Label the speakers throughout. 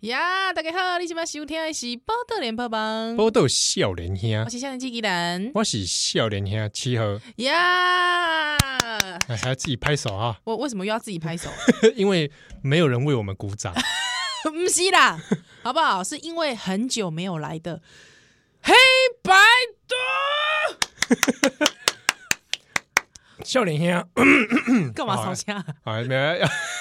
Speaker 1: 呀，大家好，你今晚收听的是《报道连帮帮》，
Speaker 2: 报道少年
Speaker 1: 我
Speaker 2: 兄，
Speaker 1: 是向日基吉兰。
Speaker 2: 我是少年兄七号，
Speaker 1: 呀，
Speaker 2: 哎还要自己拍手啊，
Speaker 1: 我为什么又要自己拍 手？
Speaker 2: 因为没有人为我们鼓掌。
Speaker 1: 不是啦，好不好？是因为很久没有来的黑白的，
Speaker 2: 少年兄
Speaker 1: 干嘛吵架？
Speaker 2: 啊，没有，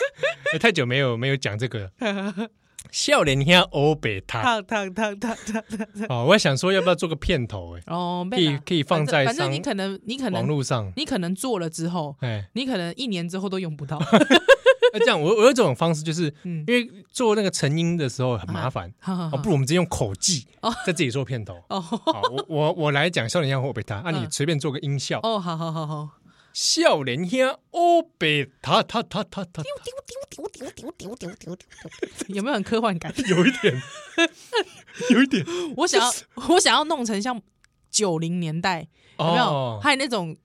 Speaker 2: 哎太久没有没有讲这个了。少年兄欧北塔
Speaker 1: 烫烫烫烫烫烫烫！
Speaker 2: 哦，我还想说要不要做个片头哎、
Speaker 1: 哦，
Speaker 2: 可以
Speaker 1: 被
Speaker 2: 可以放在
Speaker 1: 反正反正
Speaker 2: 上
Speaker 1: 你可能你可
Speaker 2: 网
Speaker 1: 能嗯
Speaker 2: 络上
Speaker 1: 你可能做了之后，
Speaker 2: 哎，
Speaker 1: 你可能一年之后都用不到。
Speaker 2: 那这样我我有一种方式，就是
Speaker 1: 嗯啊
Speaker 2: 因为做那个成音的时候很麻烦，
Speaker 1: 好好
Speaker 2: 哦，不如我们直接用口技在自己做片头。
Speaker 1: 哦
Speaker 2: 好，我我我来讲少年兄欧北塔，那你
Speaker 1: 嗯
Speaker 2: 随便做个音效。
Speaker 1: 哦，好好好好。
Speaker 2: 少年兄欧北塔塔塔塔塔，
Speaker 1: 有没有很科幻感？
Speaker 2: 有一点，有一点
Speaker 1: 我想要，我想要弄成像九零年代，有没有？
Speaker 2: 哦，
Speaker 1: 还有那种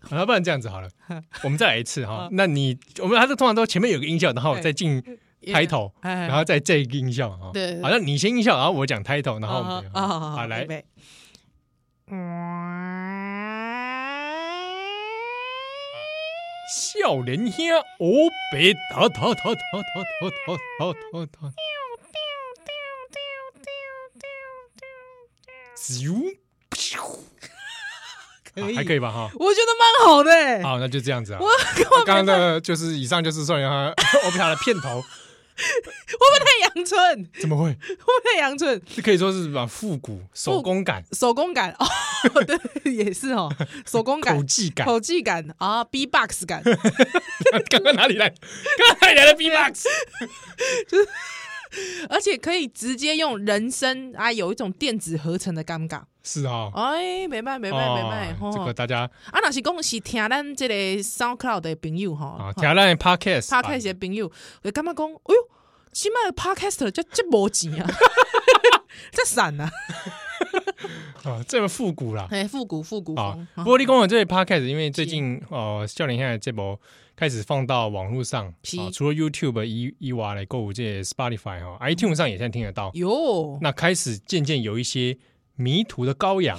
Speaker 2: 好了，不然这样子好了，我们再来一次哈。那你我们它是通常都前面有个音效，然后再进 title，
Speaker 1: 哎
Speaker 2: 然后再这一个音效哈。
Speaker 1: 对对对
Speaker 2: 好，那你先音效，然后我讲 title，然后我们
Speaker 1: 啊好好
Speaker 2: 好来
Speaker 1: 预，备
Speaker 2: 笑脸兄，哦，别打打打打打打打打打。啾，
Speaker 1: 可以，
Speaker 2: 还可
Speaker 1: 以，
Speaker 2: 以吧哈。
Speaker 1: 我觉得蛮好的 欸。
Speaker 2: 好，那就这样子 啊。
Speaker 1: 我根本
Speaker 2: 刚刚的就是以上就是少年哈 欧皮塔的片头，
Speaker 1: 太阳春，
Speaker 2: 怎么会？
Speaker 1: 我太阳春，
Speaker 2: 这可以说是把复古手工感、
Speaker 1: 手工感哦，对，也是哦，手工感
Speaker 2: 口、技感。
Speaker 1: 口技感啊，B box 感，
Speaker 2: 刚刚哪里来？刚刚哪里来的 B box？
Speaker 1: 而且可以直接用人声啊，有一种电子合成的尴尬。
Speaker 2: 是啊，
Speaker 1: 哎，没办没办没办，
Speaker 2: 哦
Speaker 1: 吼
Speaker 2: 这个大家
Speaker 1: 啊，若是讲是听咱这个 SoundCloud 的朋友吼，
Speaker 2: 啊，听咱的 podcast，
Speaker 1: p o d c a 的朋友，就感觉讲，哎哟，即卖 Podcast 这这无钱啊， 这散啊，
Speaker 2: 啊，这么复古啦。
Speaker 1: 哎，复古复古哦
Speaker 2: 啊
Speaker 1: 风，，
Speaker 2: 不过你跟我这个 podcast，因为最近哦，笑脸现在这波开始放到网络上，
Speaker 1: 是
Speaker 2: 啊，除了 YouTube 以以外来购物这些 Spotify 哈、iTunes
Speaker 1: 嗯
Speaker 2: 上也现在听得到。
Speaker 1: 哟，
Speaker 2: 那开始渐渐有一些迷途的羔羊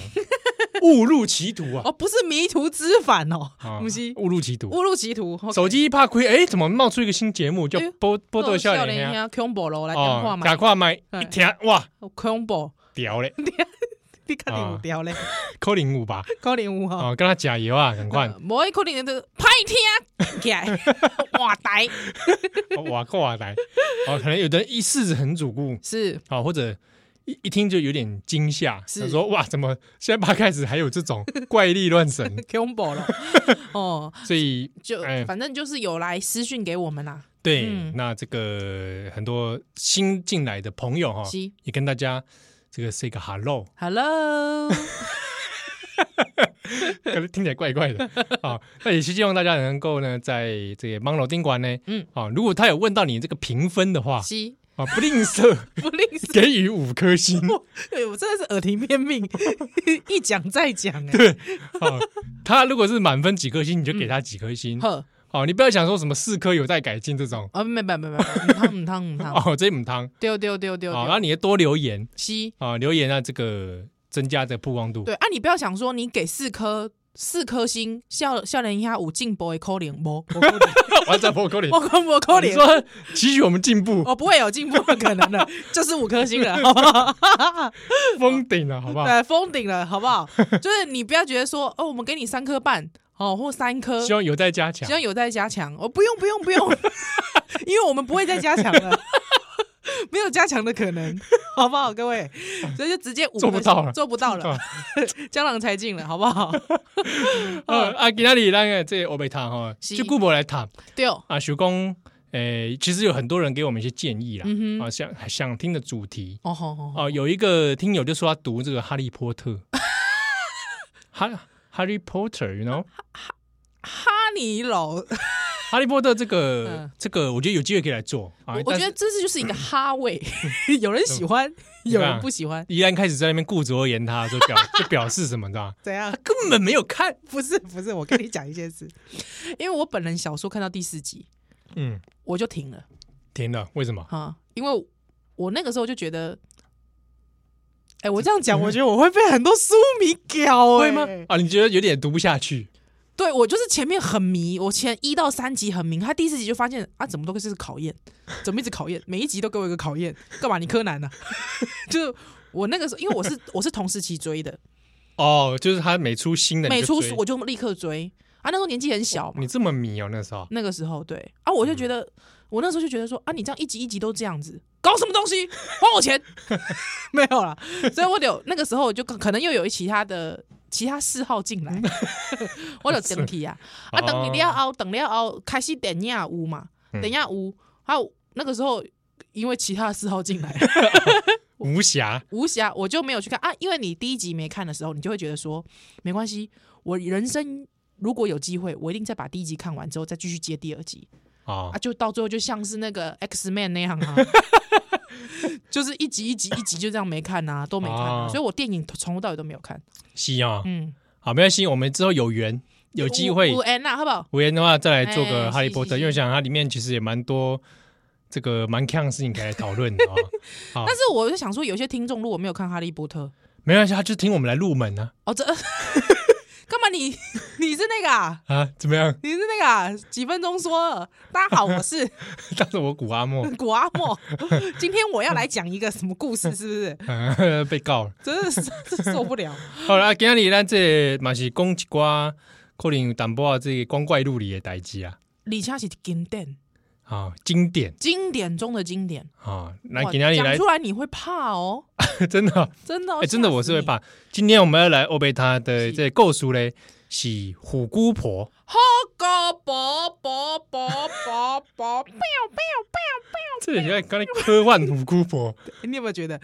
Speaker 2: 误入歧途啊，
Speaker 1: 哦，不是迷途知返哦，
Speaker 2: 啊
Speaker 1: 不是
Speaker 2: 误入歧途。
Speaker 1: 误入歧途，哦
Speaker 2: 手机一怕亏，哎，怎么冒出一个新节目叫
Speaker 1: 哎呦
Speaker 2: 《波波多笑脸》呀？
Speaker 1: 呀，combo 咯，来电话
Speaker 2: 哦，
Speaker 1: 嘛
Speaker 2: 赶快买
Speaker 1: 哎
Speaker 2: 一听哇，
Speaker 1: ，combo，
Speaker 2: 屌嘞，
Speaker 1: 你肯定有掉嘞，
Speaker 2: 扣零五吧，
Speaker 1: 可能有哈。
Speaker 2: 哦，跟他加油啊，赶快，
Speaker 1: 无伊可能就歹听起来， 哇呆
Speaker 2: 哦哇扣哇来，哦，可能有的人一试很主顾，
Speaker 1: 是
Speaker 2: 啊，或者一一听就有点惊吓，
Speaker 1: 是
Speaker 2: 想说哇，怎么现在八开始还有这种怪力乱神？
Speaker 1: combo 咯，哦，
Speaker 2: 所以
Speaker 1: 就
Speaker 2: 哎
Speaker 1: 反正就是有来私讯给我们啦，
Speaker 2: 对，
Speaker 1: 嗯
Speaker 2: 那这个很多新进来的朋友哈、
Speaker 1: 是
Speaker 2: 也跟大家这个 say 个 hello，
Speaker 1: Hello，
Speaker 2: 哦可能听起来怪怪的啊。那也是希望大家能够呢，在这个芒楼宾馆呢，
Speaker 1: 嗯
Speaker 2: 嗯，啊，如果他有问到你这个评分的话，
Speaker 1: 西
Speaker 2: 啊，不吝啬
Speaker 1: 不吝啬，
Speaker 2: 给予五 颗星
Speaker 1: 对我真的是耳提面命， 一讲再讲哎、
Speaker 2: 啊。他如果是满分几颗星，你就给他几颗星。
Speaker 1: 呵，
Speaker 2: 好、你不要想说什么四颗有待改进这种
Speaker 1: 啊，没没没没，唔汤唔汤唔汤，
Speaker 2: 哦，这 母汤
Speaker 1: 丢丢丢丢
Speaker 2: 好，然后
Speaker 1: 丢，
Speaker 2: 你也多留言
Speaker 1: 西
Speaker 2: 啊，留言啊，这个增加这个曝光度。
Speaker 1: 对啊，你不要想说你给四颗四颗星，笑笑脸一下五进波的扣零，无
Speaker 2: 我在破口里，
Speaker 1: 我我我扣
Speaker 2: 哦你
Speaker 1: 零，
Speaker 2: 说期许我们进步，
Speaker 1: 我哦不会有进步的可能的， 就是五颗 星了，好不好？
Speaker 2: 封顶了，好不好？
Speaker 1: 对，啊封顶了，好不好？就是你不要觉得说哦，我们给你三颗半哦，或三颗，
Speaker 2: 希望有待加强
Speaker 1: 希。望有在加强。哦，不用不用不用， 因为我们不会再加强了， 没有加强的可能， 好不好，各位？所以就直接五
Speaker 2: 做不
Speaker 1: 颗
Speaker 2: 到
Speaker 1: 星
Speaker 2: 了
Speaker 1: 做不到了， 江郎才尽了，好不好？ 哦
Speaker 2: 呃，啊，今天里那个这欧贝塔哈，
Speaker 1: 是
Speaker 2: 就顾啊博来谈
Speaker 1: 对哦，
Speaker 2: 啊，徐工，诶，其实有很多人给我们一些建议啦
Speaker 1: 嗯，哼
Speaker 2: 啊，想想听的主题
Speaker 1: 哦吼吼，吼
Speaker 2: 哦，有一个听友就说他读这个《哈利波 特》，哈，《哈利波特》，you know，
Speaker 1: 哈尼老
Speaker 2: 哈利波特这个
Speaker 1: 嗯
Speaker 2: 这个，我觉得有机会可以来做啊
Speaker 1: 我。我
Speaker 2: 但
Speaker 1: 觉
Speaker 2: 是嗯
Speaker 1: 得这是就是 一个哈味， 有人喜欢，
Speaker 2: 么
Speaker 1: 有人不喜欢，
Speaker 2: 依然开始在那边顾左而言他，就表 就表示什么，你知道 吗？
Speaker 1: 怎样？
Speaker 2: 根本没有看，
Speaker 1: 不是不是，我跟你讲一件事，因为我本人小说看到第四集
Speaker 2: 嗯，
Speaker 1: 我就停了
Speaker 2: 停了，为什么？
Speaker 1: 哈，因为我那个时候就觉得，哎、我这样讲，我觉得我会被很多书迷屌、哎
Speaker 2: 会吗？啊，你觉得有点读不下去？
Speaker 1: 对我就是前面很迷，我前一到三集很迷，他第四集就发现啊，怎么都是考验，怎么一直考验，每一集都给我一个考验，干嘛你柯 南呢、啊就是我那个时候，因为我是我是同时期追的，
Speaker 2: 哦，就是他每出新的你
Speaker 1: 每
Speaker 2: 就
Speaker 1: 出
Speaker 2: 追
Speaker 1: 书我就立刻追啊，那时候年纪很小嘛
Speaker 2: 你，这么迷哦，那时候
Speaker 1: 那个时候对啊，我就觉得、我那时候就觉得说啊，你这样一集一集都这样子，搞什么东西，还我钱， 没有啦，所以我有那个时候我就可可能又有其他的其他嗜好进来，我有整体啊，啊，等你了后，等了后开始电影有嘛，
Speaker 2: 嗯
Speaker 1: 电影有，还有那个时候因为其他的嗜好进来，
Speaker 2: 无暇
Speaker 1: 无暇我就没有去看啊，因为你第一集没看的时候，你就会觉得说没关系，我人生如果有机会，我一定再把第一集看完之后再继续接第二集
Speaker 2: 啊
Speaker 1: 啊，，就到最后就像是那个 X Man 那样 啊。就是一集一集一集就这样没看啊，都没看、啊，
Speaker 2: 哦
Speaker 1: 所以我电影从头到尾都没有看。
Speaker 2: 是啊，
Speaker 1: 嗯，
Speaker 2: 好，没关系，我们之后有缘有机会
Speaker 1: 五安呐，好不好？
Speaker 2: 无缘的话，再来做个《
Speaker 1: 哎
Speaker 2: 哈利波特》，
Speaker 1: 是是
Speaker 2: 因为想它里面其实也蛮多这个蛮强的事情可以来讨论的 啊。好
Speaker 1: 但是我就想说，有些听众如果没有看《哈利波特》，
Speaker 2: 没关系，他就听我们来入门啊
Speaker 1: 哦，这 干嘛你？你是那个、啊？
Speaker 2: 啊，怎么样？
Speaker 1: 你是那个、啊？几分钟说了，大家好，我是
Speaker 2: 当时我古阿莫
Speaker 1: 古阿莫，今天我要来讲一个什么故事，是不是？
Speaker 2: 呃被告了。
Speaker 1: 真的是真是受不了。
Speaker 2: 好啦，今日咱这嘛是讲一寡可能有淡薄啊，这个光怪陆离的代志啊，
Speaker 1: 李佳琦经典，
Speaker 2: 啊，经典
Speaker 1: 经典中的经典，
Speaker 2: 啊，那
Speaker 1: 哇
Speaker 2: 今天
Speaker 1: 讲
Speaker 2: 来
Speaker 1: 出来你会怕哦，
Speaker 2: 真的啊，
Speaker 1: 真的、哦
Speaker 2: 哎，真的我是会。
Speaker 1: 吓死
Speaker 2: 怕。今天我们要来欧贝塔的
Speaker 1: 是啊
Speaker 2: 这构书嘞，是虎姑婆。
Speaker 1: 你个宝宝宝宝宝，
Speaker 2: 这里在刚才科幻虎姑婆，
Speaker 1: 你有没有觉得？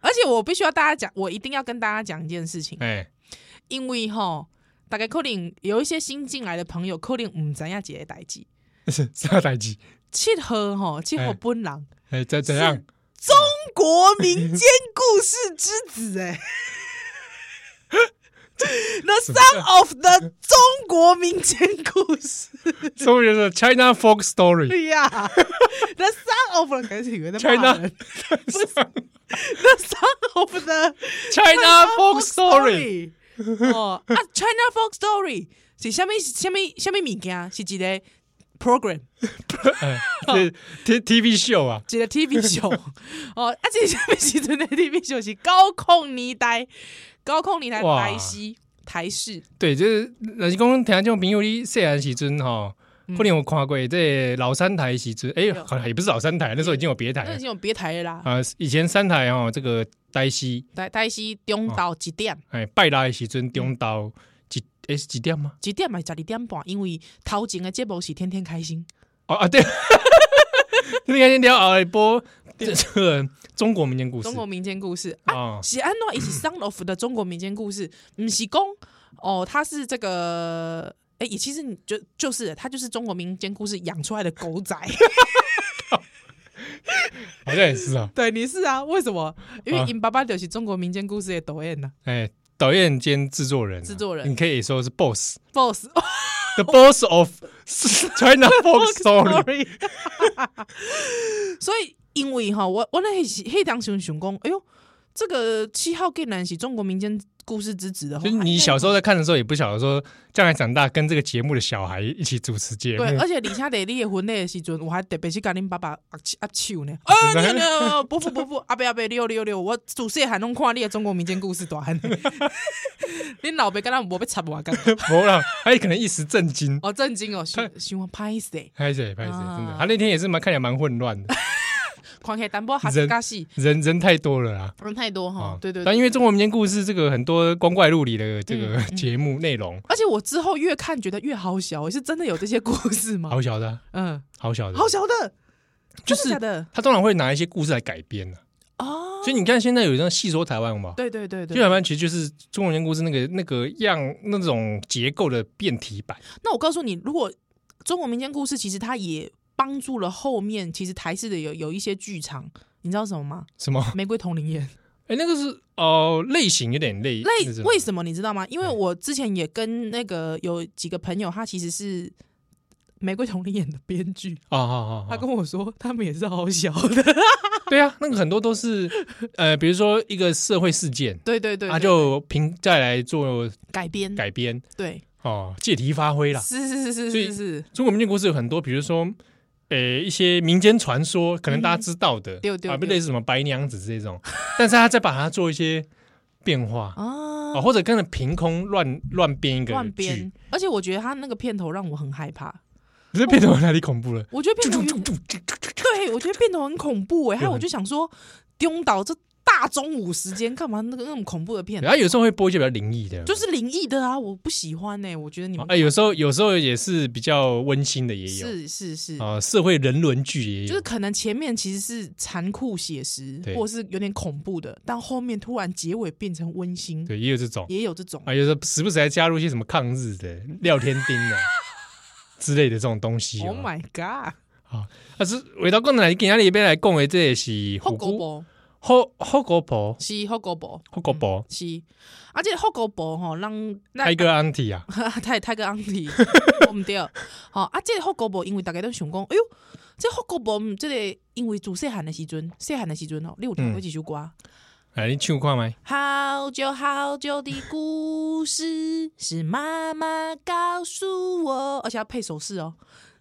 Speaker 1: 而且我必须要大家讲，我一定要跟大家讲一件事情。啊
Speaker 2: 哎，
Speaker 1: 因为吼，大概可能有一些新进来的朋友，可能唔知影一个代志。
Speaker 2: 是啥代志？
Speaker 1: 七号吼，七
Speaker 2: 哎
Speaker 1: 号本人，
Speaker 2: 哎，怎怎样？
Speaker 1: 中国民间故事之子、哎 ，The Son of the 中国民间故事
Speaker 2: 所以就是 China folk story，
Speaker 1: 呀、t h e Son of the 开始以为在 骂
Speaker 2: China
Speaker 1: 人，The Son of the
Speaker 2: China folk story，
Speaker 1: 哦啊，China folk story 是虾米虾米虾米物件？是一个 program。
Speaker 2: 哎这 T T V 秀啊，
Speaker 1: 一个 TV 秀 哦，啊，这是什么时阵的 TV 秀是高控年代，高控年代
Speaker 2: 哇
Speaker 1: 台西台式，
Speaker 2: 对，就是若是讲听种朋友你细汉时阵吼，
Speaker 1: 嗯
Speaker 2: 可能有看过这老三台的时阵，哎，
Speaker 1: 对
Speaker 2: 好像也不是老三台，那时候已经有别台
Speaker 1: 那已
Speaker 2: 了
Speaker 1: 经有别台了啦，
Speaker 2: 啊。以前三台哦，这个台西
Speaker 1: 台台西中到几点？
Speaker 2: 哎拜六的时阵中到几哎是几点吗？
Speaker 1: 几点嘛？十二点半，因为头前的节目是天天开心，
Speaker 2: 哦啊对， 那天先聊后来播这个中国民间故事
Speaker 1: 中国民间故事啊，
Speaker 2: 啊，
Speaker 1: 喜安诺也 是 Sound of 的中国民间故事，唔是讲哦，它是这个。哎、也其实你就就是它就是中国民间故事养出来的狗 仔，
Speaker 2: 好像也是啊，
Speaker 1: 对，你是啊？为什么？因为
Speaker 2: 啊
Speaker 1: 因爸爸就是中国民间故事的导演呐、啊
Speaker 2: 哎，导演兼制作人啊，
Speaker 1: 制作人
Speaker 2: 你可以说是 boss。
Speaker 1: b o s s
Speaker 2: The boss of China folk story，
Speaker 1: 所以因为哈，我我那时黑当时想讲，哎呦，这个七号竟然是中国民间故事之子的话，
Speaker 2: 就是你小时候在看的时候也不晓得说，将来长大跟这个节目的小孩一起主持节目，
Speaker 1: 对，而且李下得你的婚礼的时阵，我还特别去跟恁爸爸握手握手呢。啊，你你伯父伯 父，阿伯阿伯六六六，我主细汉拢看你的中国民间故事大汉。 恁老爸敢若无要插 我干？
Speaker 2: 没了，他也可能一时震惊。
Speaker 1: 哦，震惊哦，想想欢拍死，
Speaker 2: 拍谁拍谁，
Speaker 1: 啊
Speaker 2: 真的，他那天也是蛮看起来蛮混乱的，
Speaker 1: 看起来淡薄哈斯加戏，
Speaker 2: 人人太多了啦。
Speaker 1: 人太多哈
Speaker 2: 啊。
Speaker 1: 哦对对
Speaker 2: 但
Speaker 1: 对，嗯
Speaker 2: 因为中国民间故事这个很多光怪陆离的这个节目内容，
Speaker 1: 而且我之后越看觉得越好笑，欸是真的有这些故事吗？
Speaker 2: 好小的啊，
Speaker 1: 嗯，
Speaker 2: 好小的，
Speaker 1: 好小的，
Speaker 2: 就是
Speaker 1: 真的假的
Speaker 2: 他通常会拿一些故事来改编的。啊
Speaker 1: 哦。
Speaker 2: 所以你看现在有一张《戏说台湾》嘛，
Speaker 1: 对对对
Speaker 2: 《戏说台
Speaker 1: 对，
Speaker 2: 湾》其实就是中国民间故事那个那个样那种结构的变体版。
Speaker 1: 那我告诉你，如果中国民间故事其实它也帮助了后面，其实台式的有有一些剧场，你知道什么吗？
Speaker 2: 什么？
Speaker 1: 玫瑰同林演。
Speaker 2: 哎，那个是哦，类型有点类那
Speaker 1: 类
Speaker 2: 种
Speaker 1: 为什么你知道吗？因为我之前也跟那个有几个朋友，他其实是玫瑰同林演的编剧，
Speaker 2: 哦哦哦，
Speaker 1: 他
Speaker 2: 哦
Speaker 1: 啊跟我说他们也是好小的，
Speaker 2: 对啊，那个很多都是 呃，比如说一个社会事件，
Speaker 1: 对对对，对
Speaker 2: 他啊
Speaker 1: 嗯
Speaker 2: 就凭再来做
Speaker 1: 改编
Speaker 2: 改编
Speaker 1: 对，
Speaker 2: 哦，借题发挥啦。
Speaker 1: 是是是是
Speaker 2: 所以
Speaker 1: 是是，
Speaker 2: 中国民间故事有很多，比如说。呃，一些民间传说可能大家知道的，
Speaker 1: 嗯对对
Speaker 2: 啊，
Speaker 1: 对
Speaker 2: 类似什么白娘子这种， 但是他再把它做一些变化，
Speaker 1: 啊
Speaker 2: 哦，，或者跟着凭空乱乱编一个
Speaker 1: 乱
Speaker 2: 剧
Speaker 1: 编，，而且我觉得他那个片头让我很害怕，
Speaker 2: 你这片头哪里恐怖了？
Speaker 1: 我觉得片头有点对，我觉得片头很恐怖哎、欸，
Speaker 2: 对
Speaker 1: 还有我
Speaker 2: 很
Speaker 1: 就想说，丢岛这大中午时间干嘛那个那种恐怖的片
Speaker 2: 然，后有时候会播一些比较灵异的，
Speaker 1: 就是灵异的啊，我不喜欢哎、我觉得你
Speaker 2: 哦
Speaker 1: 们
Speaker 2: 哎，有时候有时候也是比较温馨的，也有
Speaker 1: 是是是，
Speaker 2: 啊，社会人伦剧也有，
Speaker 1: 就是可能前面其实是残酷写实
Speaker 2: 对，
Speaker 1: 或者是有点恐怖的，但后面突然结尾变成温馨，
Speaker 2: 对，也有这种
Speaker 1: 也有这种。
Speaker 2: 啊，有时候时不时还加入一些什么抗日的、廖天丁 的之类的这种东西、
Speaker 1: Oh
Speaker 2: 哦。
Speaker 1: my god！
Speaker 2: 但啊是回到刚才今天一边来讲的，这也是
Speaker 1: 后
Speaker 2: 虎
Speaker 1: 狗
Speaker 2: 姑
Speaker 1: 博
Speaker 2: 后后国婆
Speaker 1: 是后狗博
Speaker 2: 后国婆
Speaker 1: 是，而且后狗博吼让
Speaker 2: 泰戈 auntie 啊，
Speaker 1: 太太个 auntie，我 唔对，好啊！这个福国博因为大家都想讲，哎哟，这福国博，嗯这个因为自细汉的时阵，细汉的时阵哦，你有听过
Speaker 2: 嗯
Speaker 1: 几首歌？
Speaker 2: 来哎你唱看麦，
Speaker 1: 好久好久的故事是妈妈告诉我，而且要配手势哦，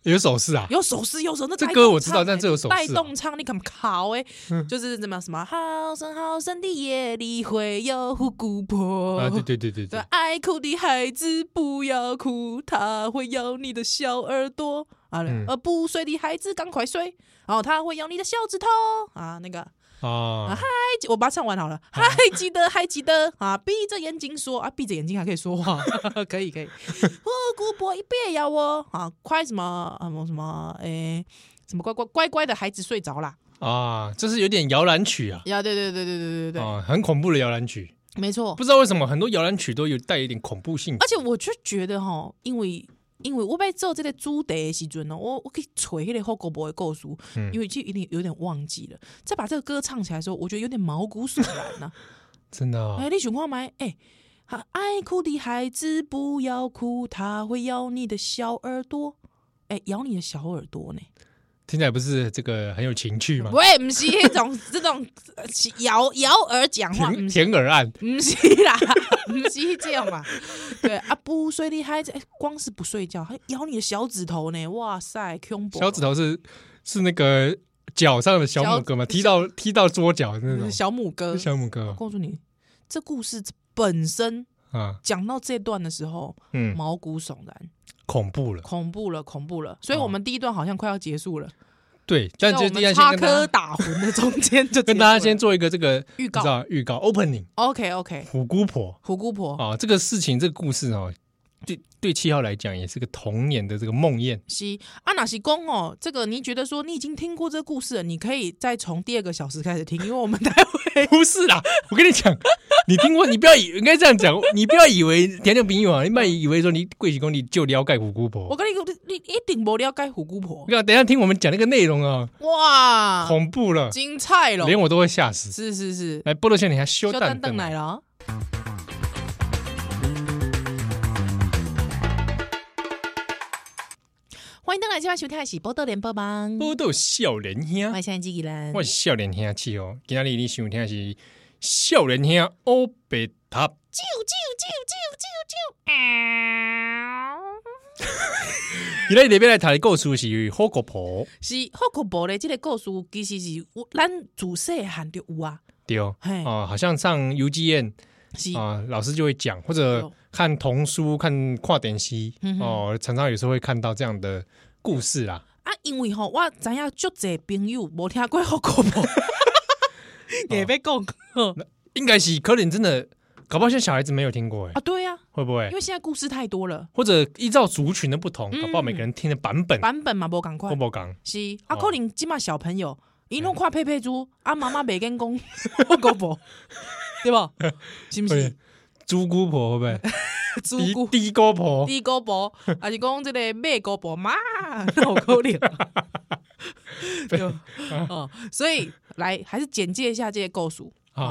Speaker 2: 有手势啊，
Speaker 1: 有手势，有手势。那
Speaker 2: 这
Speaker 1: 带
Speaker 2: 歌
Speaker 1: 动
Speaker 2: 我知
Speaker 1: 唱
Speaker 2: 道
Speaker 1: 欸
Speaker 2: 但这有手
Speaker 1: 带
Speaker 2: 势啊嗯
Speaker 1: 动唱，你敢考哎？就是怎么样什么好深好深的夜里会有虎姑婆
Speaker 2: 啊，对对对
Speaker 1: 对
Speaker 2: 对对，，
Speaker 1: 爱哭的孩子不要哭，他会咬你的小耳朵啊！
Speaker 2: 嗯
Speaker 1: 呃，不睡的孩子赶快睡，然后他会咬你的小指头啊！那个，
Speaker 2: 啊，
Speaker 1: 还记我把它唱完好了，还记得，还记得啊！闭着眼睛说啊，闭着眼睛还可以说 话，可以可以。我姑婆一别咬我啊！快什么啊什么诶、什么乖乖乖乖的孩子睡着啦！
Speaker 2: 啊，这是有点摇篮曲啊，
Speaker 1: 呀、对对对对对对对，
Speaker 2: 啊，很恐怖的摇篮曲，
Speaker 1: 没错。
Speaker 2: 不知道为什么很多摇篮曲都有带一点恐怖性
Speaker 1: 而且我就觉得吼，因为因为我被做这个主题的时阵哦，我我可以锤迄个后国博的故事，
Speaker 2: 嗯
Speaker 1: 因为就有点有点忘记了。再把这个歌唱起来的时候，我觉得有点毛骨悚然呐、
Speaker 2: 真的
Speaker 1: 哎、
Speaker 2: 啊，
Speaker 1: 你想看吗？哎、啊爱哭的孩子不要哭，他会咬你的小耳朵。哎、咬你的小耳朵呢？
Speaker 2: 听起来不是这个很有情趣吗？
Speaker 1: 喂，不是那种这种呃咬咬耳讲 话，
Speaker 2: 甜
Speaker 1: 不是
Speaker 2: 甜耳案，
Speaker 1: 不是啦，不是这样嘛。对啊，不睡的孩子，哎光是不睡觉，还咬你的小指头呢，哇塞，恐怖！
Speaker 2: 小指头是是那个脚上的小拇哥吗？踢到踢到桌角的那
Speaker 1: 嗯，
Speaker 2: 种
Speaker 1: 小拇哥。
Speaker 2: 是
Speaker 1: 我
Speaker 2: 小拇哥
Speaker 1: 告诉你，这故事本身
Speaker 2: 啊，
Speaker 1: 讲到这段的时候，
Speaker 2: 嗯，
Speaker 1: 毛骨悚然，
Speaker 2: 恐怖了。
Speaker 1: 恐怖了，恐怖了。所以
Speaker 2: 哦
Speaker 1: 我们第一段好像快要结束了，
Speaker 2: 对，但
Speaker 1: 在
Speaker 2: 就
Speaker 1: 我
Speaker 2: 第
Speaker 1: 们
Speaker 2: 一先
Speaker 1: 插
Speaker 2: 跟
Speaker 1: 科
Speaker 2: 大家
Speaker 1: 打诨的中间就
Speaker 2: 跟大家先
Speaker 1: 做
Speaker 2: 做一个这个
Speaker 1: 预
Speaker 2: 你知
Speaker 1: 告。
Speaker 2: 道预告 opening
Speaker 1: OK OK，
Speaker 2: 虎姑婆
Speaker 1: 虎姑婆
Speaker 2: 啊，这个事情这个故事哦，对对七号来讲也是个童年的这个梦魇。
Speaker 1: 是啊，哪是公哦？这个你觉得说你已经听过这个故事了，你可以再从第二个小时开始听，因为我们待会
Speaker 2: 不是啦，我跟你讲，你听过，你不要以应该这样讲，你不要以为田中平友啊，你不要以为说你贵几公里就了解虎姑婆。
Speaker 1: 我
Speaker 2: 我
Speaker 1: 跟你讲，你你一定无了解虎姑婆
Speaker 2: 跟，你讲，等一下听我们讲那个内容啊，
Speaker 1: 哇，
Speaker 2: 恐怖了，
Speaker 1: 精彩了，
Speaker 2: 连我都会吓死。
Speaker 1: 是是是，
Speaker 2: 来，菠萝先，你还修
Speaker 1: 小
Speaker 2: 蛋
Speaker 1: 蛋蛋
Speaker 2: 蛋
Speaker 1: 来
Speaker 2: 来
Speaker 1: 了啊。欢迎登来今晚收听的是《波多连播帮》，
Speaker 2: 菠萝笑脸
Speaker 1: 我
Speaker 2: 兄，
Speaker 1: 是安吉吉兰
Speaker 2: 我。是笑脸兄气哦。今天你想听的是笑脸兄欧北塔，
Speaker 1: 啾啾啾啾啾啾！啊
Speaker 2: 今天这边来谈的故事是虎姑婆，
Speaker 1: 是好恐怖的，这个故事其实是有咱自细汉就有啊，
Speaker 2: 对哦，
Speaker 1: 嘿，
Speaker 2: 啊，好像上游记宴
Speaker 1: 是
Speaker 2: 啊，老师就会讲，或者
Speaker 1: 有
Speaker 2: 看童书、看跨点西
Speaker 1: 嗯哼
Speaker 2: 哦，常常有时候会看到这样的故事啦。
Speaker 1: 啊，因为吼，我知影足侪朋友无听过好恐 怖，也被讲
Speaker 2: 应该是可能真的，搞不好现在小孩子没有听过，哎
Speaker 1: 啊，，对啊，
Speaker 2: 会不会
Speaker 1: 因？为现在故事太多了，
Speaker 2: 或者依照族群的不同，
Speaker 1: 嗯
Speaker 2: 搞不好每个人听的版本
Speaker 1: 版本嘛无赶快
Speaker 2: 会，不会讲？
Speaker 1: 是啊，
Speaker 2: 哦
Speaker 1: 可能即嘛小朋友，伊拢看佩佩猪，啊妈妈袂跟讲 好恐怖，对不？是不
Speaker 2: 会
Speaker 1: 是？
Speaker 2: 猪姑婆会不会？
Speaker 1: 猪
Speaker 2: 低
Speaker 1: 骨。
Speaker 2: 低高婆，
Speaker 1: 低高婆，还是讲这个妹高婆妈，那有可 怜、啊。对，哦，所以来还是简介一下这些故事
Speaker 2: 啊，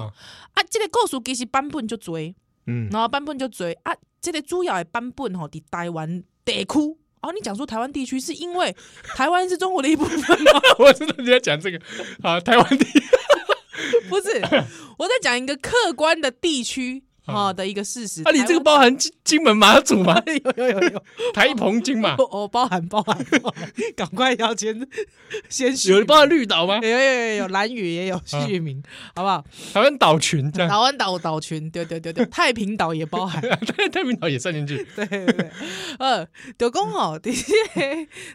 Speaker 1: 啊。这个故事其实版本就多，
Speaker 2: 嗯，
Speaker 1: 然后版本就多啊。这个主要的版本吼，伫台湾地区。哦，你讲说台湾地区是因为台湾是中国的一部分吗？
Speaker 2: 我知道你在讲这个啊，台湾地
Speaker 1: 不是，我在讲一个客观的地区啊、哦、的一个事实。
Speaker 2: 嗯啊，你这个包含金金门马祖吗？
Speaker 1: 台湾 有有有有，
Speaker 2: 台澎金嘛
Speaker 1: 哦，哦，包含包含，包含 赶快要先先续
Speaker 2: 有包含绿岛吗嗯
Speaker 1: 有？有有有，蓝屿也有续名，好不好？
Speaker 2: 台湾岛群这样，
Speaker 1: 台湾岛岛群，对对对对，太平岛也包含，
Speaker 2: 太太平岛也算进去，
Speaker 1: 对对对，呃，就讲哦， 这些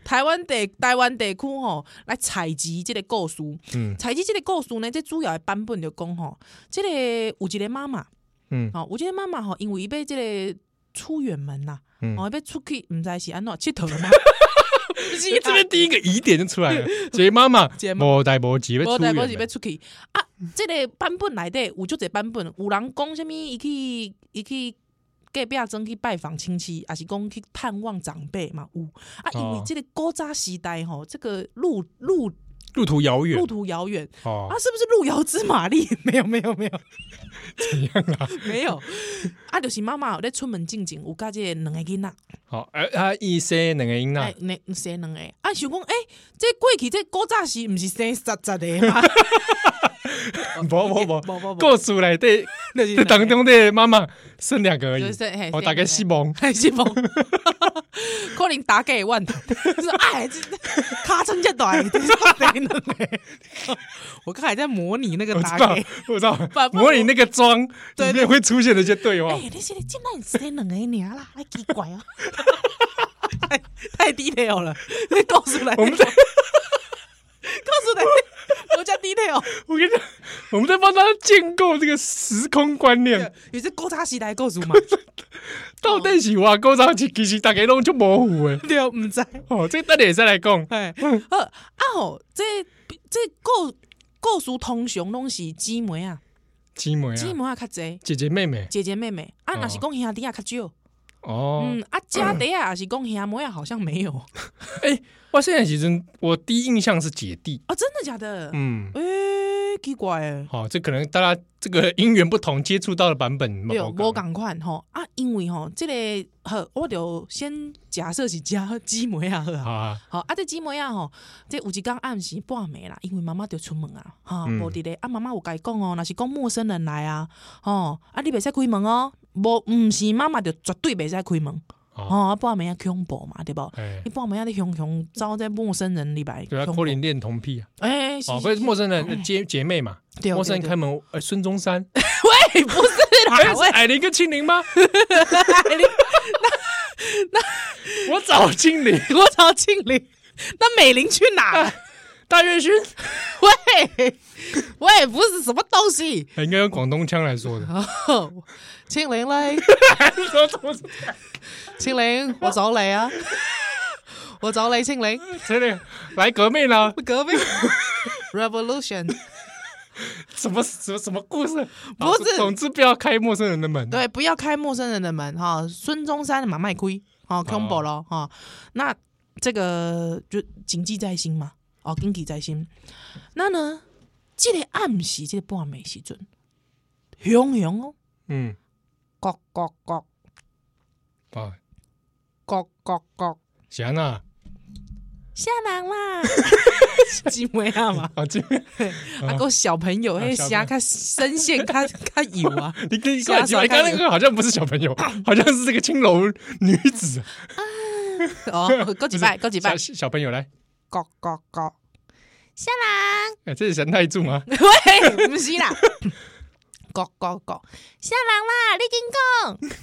Speaker 1: 台湾地台湾地区吼，来采集这个故事，
Speaker 2: 嗯
Speaker 1: 采集这个故事呢，这主要的版本就讲吼，这个有一个妈妈，
Speaker 2: 嗯
Speaker 1: 哦，有一个妈妈吼，因为伊被这个出远门呐、
Speaker 2: 嗯
Speaker 1: 哦，被出去，毋知是安怎佚佗 吗？不是
Speaker 2: 这边第一个疑点就出 来了，杰妈妈
Speaker 1: 杰，妈
Speaker 2: 莫代莫吉被
Speaker 1: 无
Speaker 2: 出
Speaker 1: 代
Speaker 2: 远
Speaker 1: 无是要
Speaker 2: 门，
Speaker 1: 出去啊！即个版本内底有足侪版本，有人讲啥物，伊去伊去隔壁庄去拜访亲戚，啊也是讲去探望长辈嘛有啊，因为
Speaker 2: 哦
Speaker 1: 即个古早时代吼，这个路路
Speaker 2: 路途遥远
Speaker 1: 路途遥远
Speaker 2: 哦
Speaker 1: 啊，，是不是路遥知马力？没有没有没有
Speaker 2: 怎样啊？
Speaker 1: 没有啊，就是妈妈有咧出门进前有甲即个两个囡仔。
Speaker 2: 好，而他一生两个音呐
Speaker 1: 哎，，那生两个，啊，想讲，哎、这过去这古早时毋是生十十个吗？ 哦
Speaker 2: 不不
Speaker 1: 无
Speaker 2: 不，
Speaker 1: 无无，
Speaker 2: 故事来对，
Speaker 1: 就是
Speaker 2: 这 当中的妈妈生两个而已
Speaker 1: 就是，嘿
Speaker 2: 我大概希
Speaker 1: 生两个
Speaker 2: 望
Speaker 1: 太幸福， 可能打给 万头，说哎，这卡成这短，这是谁呢？ 我刚才在模拟那个
Speaker 2: 我知
Speaker 1: 打
Speaker 2: 道
Speaker 1: 给。，
Speaker 2: 我 知道
Speaker 1: 把，
Speaker 2: 模拟那个妆
Speaker 1: 对
Speaker 2: 里面会出现的一些对
Speaker 1: 哎、
Speaker 2: 话，
Speaker 1: 你现在进来谁两个娘啦？太奇怪啊！ 太太 detail 了，你告诉来，
Speaker 2: 我们在
Speaker 1: 告诉来， 我叫 detail。
Speaker 2: 我跟你讲，我们在帮他建构这个时空观念。
Speaker 1: 有是勾叉时代故事嘛？
Speaker 2: 到底是话古早其其实大家拢就模糊诶。
Speaker 1: 对，唔知。
Speaker 2: 哦，这个等下再来讲。
Speaker 1: 哎，好啊吼，这这故故事通常拢是姊妹啊，
Speaker 2: 姊妹
Speaker 1: 姊
Speaker 2: 啊，
Speaker 1: 妹啊较济。
Speaker 2: 姐姐妹妹。
Speaker 1: 姐姐妹妹啊，
Speaker 2: 哦
Speaker 1: 若是讲兄弟啊较少，
Speaker 2: 哦，
Speaker 1: 嗯啊，家弟啊也是讲兄妹啊好像没有哦，
Speaker 2: 哇，现在其实我第一印象是姐弟。
Speaker 1: 哦真的假的？
Speaker 2: 嗯，
Speaker 1: 诶，奇怪诶，
Speaker 2: 好，这可能大家这个因缘不同，接触到的版本
Speaker 1: 对，
Speaker 2: 不
Speaker 1: 无
Speaker 2: 同。
Speaker 1: 共款吼啊，因为吼，即个好，我就先假设是家姊妹啊好啊
Speaker 2: 好。啊，
Speaker 1: 好啊，这姊妹啊吼，这有一工暗时半暝啦，因为妈妈就出门啊，哈、
Speaker 2: 嗯
Speaker 1: 无伫咧啊，妈妈有甲伊讲哦，若是讲陌生人来啊，吼，啊，你袂使开门哦，无，毋是妈妈就绝对袂使开门，
Speaker 2: 哦
Speaker 1: 吼、啊，半暝啊恐怖嘛，对无？
Speaker 2: 哎
Speaker 1: 你，半暝啊，你熊熊招这陌生人里来，
Speaker 2: 对啊，
Speaker 1: 恐
Speaker 2: 柯
Speaker 1: 怖
Speaker 2: 林恋童癖啊，
Speaker 1: 哎，是
Speaker 2: 哦，
Speaker 1: 是
Speaker 2: 或者陌生人呃姐姐妹嘛，
Speaker 1: 对
Speaker 2: 陌生人
Speaker 1: 对对
Speaker 2: 开门，呃，孙 中山，
Speaker 1: 喂，不是
Speaker 2: 哎
Speaker 1: 啦，
Speaker 2: 是
Speaker 1: 喂，
Speaker 2: 矮玲跟青 柠吗？
Speaker 1: 你
Speaker 2: 我找青柠，
Speaker 1: 我找庆玲，那美玲去哪了？
Speaker 2: 大月勋，
Speaker 1: 喂， 喂，不是什么东西，
Speaker 2: 哎应该用广东腔来说的。
Speaker 1: 哦，庆玲嘞。
Speaker 2: 说怎么
Speaker 1: 青玲，我找你 啊！我找你，青玲，
Speaker 2: 真的来革命了？
Speaker 1: 隔壁 Revolution，
Speaker 2: 什么什么什么故事？
Speaker 1: 不是
Speaker 2: 好总之不要开陌生人的门。
Speaker 1: 对，不要开陌生人的门哈。孙中山嘛卖亏，哦，combo 咯哈。那这个就谨记在心嘛，哦，谨记在心。那呢，这个暗时，这个半暝时阵，熊熊哦，
Speaker 2: 嗯，
Speaker 1: 咯咯咯
Speaker 2: 啊，
Speaker 1: 咯咯咯，
Speaker 2: 谁呐？
Speaker 1: 下人啦， 姊妹啊 嘛，
Speaker 2: 啊，这
Speaker 1: 啊个小朋友，嘿，
Speaker 2: 小朋友
Speaker 1: 虾较声线较较油啊。
Speaker 2: 你跟你
Speaker 1: 吓
Speaker 2: 刚
Speaker 1: 死我
Speaker 2: 才刚刚那个好像不是小 朋友，好像是这个青楼女子。
Speaker 1: 哦，高几拜，高几拜
Speaker 2: 小，小朋友来，
Speaker 1: 高高高，
Speaker 2: 哎，这是神太 柱吗？
Speaker 1: 喂，不是啦， 高高高，
Speaker 3: 啥人啦？你紧讲，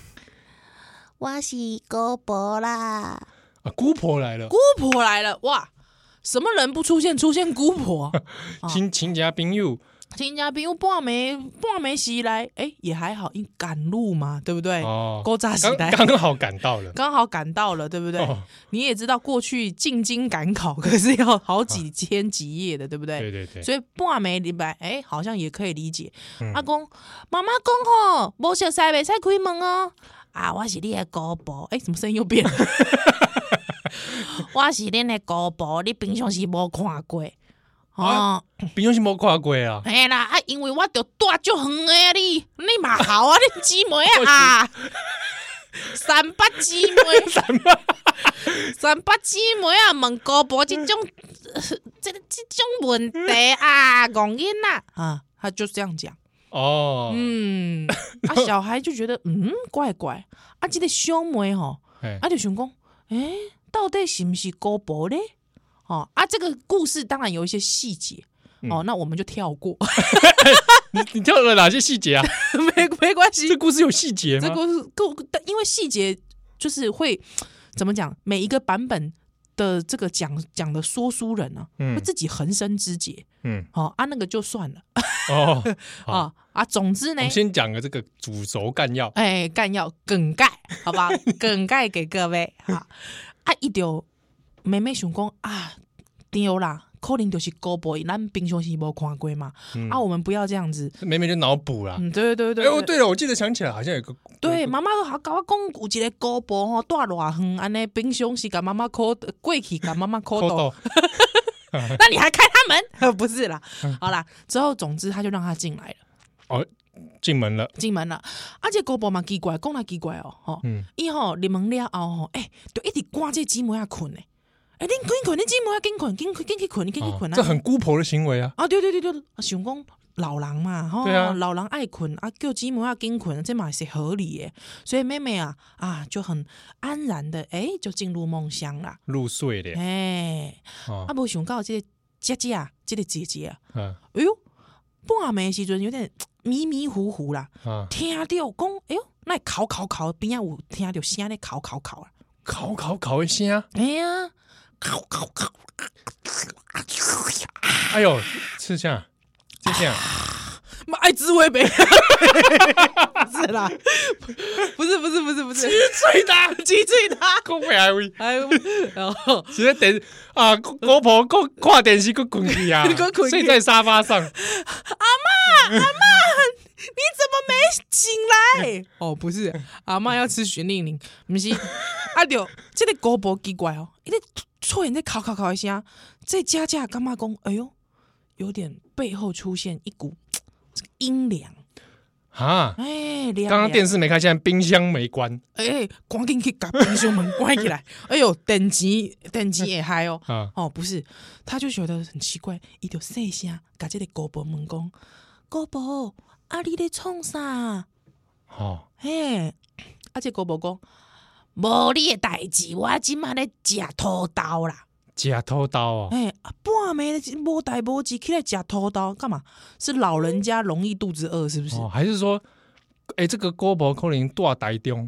Speaker 3: 我是姑婆啦。
Speaker 2: 啊，姑婆来了，
Speaker 1: 姑婆来了，哇，什么人不出现，出现姑婆，啊
Speaker 2: 亲亲家宾友，
Speaker 1: 亲家朋友半没半没袭来，哎、也还好，因赶路嘛，对不对？
Speaker 2: 哦
Speaker 1: 勾扎时
Speaker 2: 刚
Speaker 1: 代。
Speaker 2: 刚好赶到了。
Speaker 1: 刚好赶到了，对不对？
Speaker 2: 哦，
Speaker 1: 你也知道，过去进京赶考 可是要好几天几夜的，对不
Speaker 2: 啊对对对，
Speaker 1: 所以半暝礼拜，哎、好像也可以理解。
Speaker 2: 嗯
Speaker 1: 阿公妈妈讲吼，无熟悉袂使开门哦。啊，我是你的姑婆，哎、怎么声音又变 了？我是恁的姑婆，你平常时无看过哦
Speaker 2: 啊。平常时无看过啊，
Speaker 1: 哎、啦，啊，因为我着住足远的啊，你你嘛好啊，你姊妹 啊，三八姊妹， 三八三八姊妹啊，问姑婆这种呃这这种问题啊，戆囡仔啊，他就这样讲。
Speaker 2: 哦，
Speaker 1: 嗯，啊，小孩就觉得嗯怪怪，啊，这个兄妹吼，
Speaker 2: 哎
Speaker 1: 啊就想讲，诶、到底是不是姑婆咧？哦，啊，这个故事当然有一些细节。哦，那我们就跳过，
Speaker 2: 你你跳了哪些细节啊？
Speaker 1: 没没关系
Speaker 2: 这。故事有细节吗
Speaker 1: 这？故事故，但因为细节就是会怎么讲，每一个版本的这个讲讲的说书人呢、啊，
Speaker 2: 嗯
Speaker 1: 会自己横生枝节。
Speaker 2: 嗯，
Speaker 1: 哦啊，那个就算了
Speaker 2: 哦，好
Speaker 1: 啊啊，总之
Speaker 2: 我
Speaker 1: 呢
Speaker 2: 们，先讲个这个主轴干要，
Speaker 1: 哎，干要梗概，好 吧，梗概给各位哈。啊，伊就妹妹想讲啊，对啦，可能就是高 boy，咱平常时无看过嘛。啊，我们不要这样子。
Speaker 2: 每每就脑补啦。
Speaker 1: 嗯，对对对
Speaker 2: 嗯哎，
Speaker 1: 对
Speaker 2: 哦，对了，我记得想起来好像有个
Speaker 1: 对，妈妈都还甲我讲有一个姑婆吼，住偌远，安尼平常是甲妈妈靠过去，甲妈妈靠
Speaker 2: 扣
Speaker 1: 到，
Speaker 2: 到，
Speaker 1: 那你还开 他门？不是啦，
Speaker 2: 嗯
Speaker 1: 好啦，之后总之他就让他进来了，
Speaker 2: 进门了，
Speaker 1: 进门了。啊，这个姑婆嘛奇怪，讲来奇怪哦，吼，
Speaker 2: 嗯，
Speaker 1: 伊吼入门了后吼，诶，就一直赶这姊妹啊困诶，诶，恁困困，恁姊妹啊紧困，紧困紧去困，紧去
Speaker 2: 哦
Speaker 1: 困
Speaker 2: 这
Speaker 1: 啊！
Speaker 2: 很姑婆的行为啊，
Speaker 1: 啊，对对对对，想讲老人嘛，吼，
Speaker 2: 对啊
Speaker 1: 老人爱困啊，叫姊妹啊紧困，这嘛是合理的。所以妹妹啊啊就很安然的，诶，就进入梦乡啦。
Speaker 2: 入睡的，
Speaker 1: 哎，
Speaker 2: 哦
Speaker 1: 啊，无想到这个姐姐啊，这个姐姐啊，
Speaker 2: 嗯
Speaker 1: 哎哟，半暝的时阵有点迷迷糊糊啦，
Speaker 2: 啊，
Speaker 1: 听到讲，哎哟，那哭哭哭，边啊有听到声咧哭哭哭啊啦，
Speaker 2: 烤烤烤一下，
Speaker 1: 哎呀，
Speaker 2: 哎呦，是这样， 是这样，
Speaker 1: 妈爱滋味呗， 不是啦，不是不是不是不是，
Speaker 2: 最大
Speaker 1: 鸡醉 他，
Speaker 2: 够未来位，
Speaker 1: 哎，然后
Speaker 2: 直接电啊，姑婆够看电视够滚去 啊
Speaker 1: 还睡，
Speaker 2: 睡在沙 发上，
Speaker 1: 你怎么没醒来？哦，不是，阿妈要吃玄令灵，不 是。啊对，这个姑婆奇怪哦，一直突然在考考考一声，这家家干妈讲，哎呦，有点背后出现一股嘖这个阴凉，
Speaker 2: 啊，
Speaker 1: 哎，凉。
Speaker 2: 刚刚电视没开，现在冰箱没关
Speaker 1: 哎，赶紧去把冰箱门关起来。哎呦，等级等级也嗨哦。
Speaker 2: 啊，
Speaker 1: 哦，不是，他就觉得很奇怪，伊就细声甲这个姑婆问讲，姑婆，啊你咧创啥？
Speaker 2: 哦，
Speaker 1: 嘿，啊，这姑婆讲，无你的代志，我即满咧食土豆啦。
Speaker 2: 假偷刀哦，
Speaker 1: 哎、啊半暝无代无志起来食土豆干嘛？是老人家容易肚子饿是不是？
Speaker 2: 哦，还是说，哎，这个姑婆可能大 台中，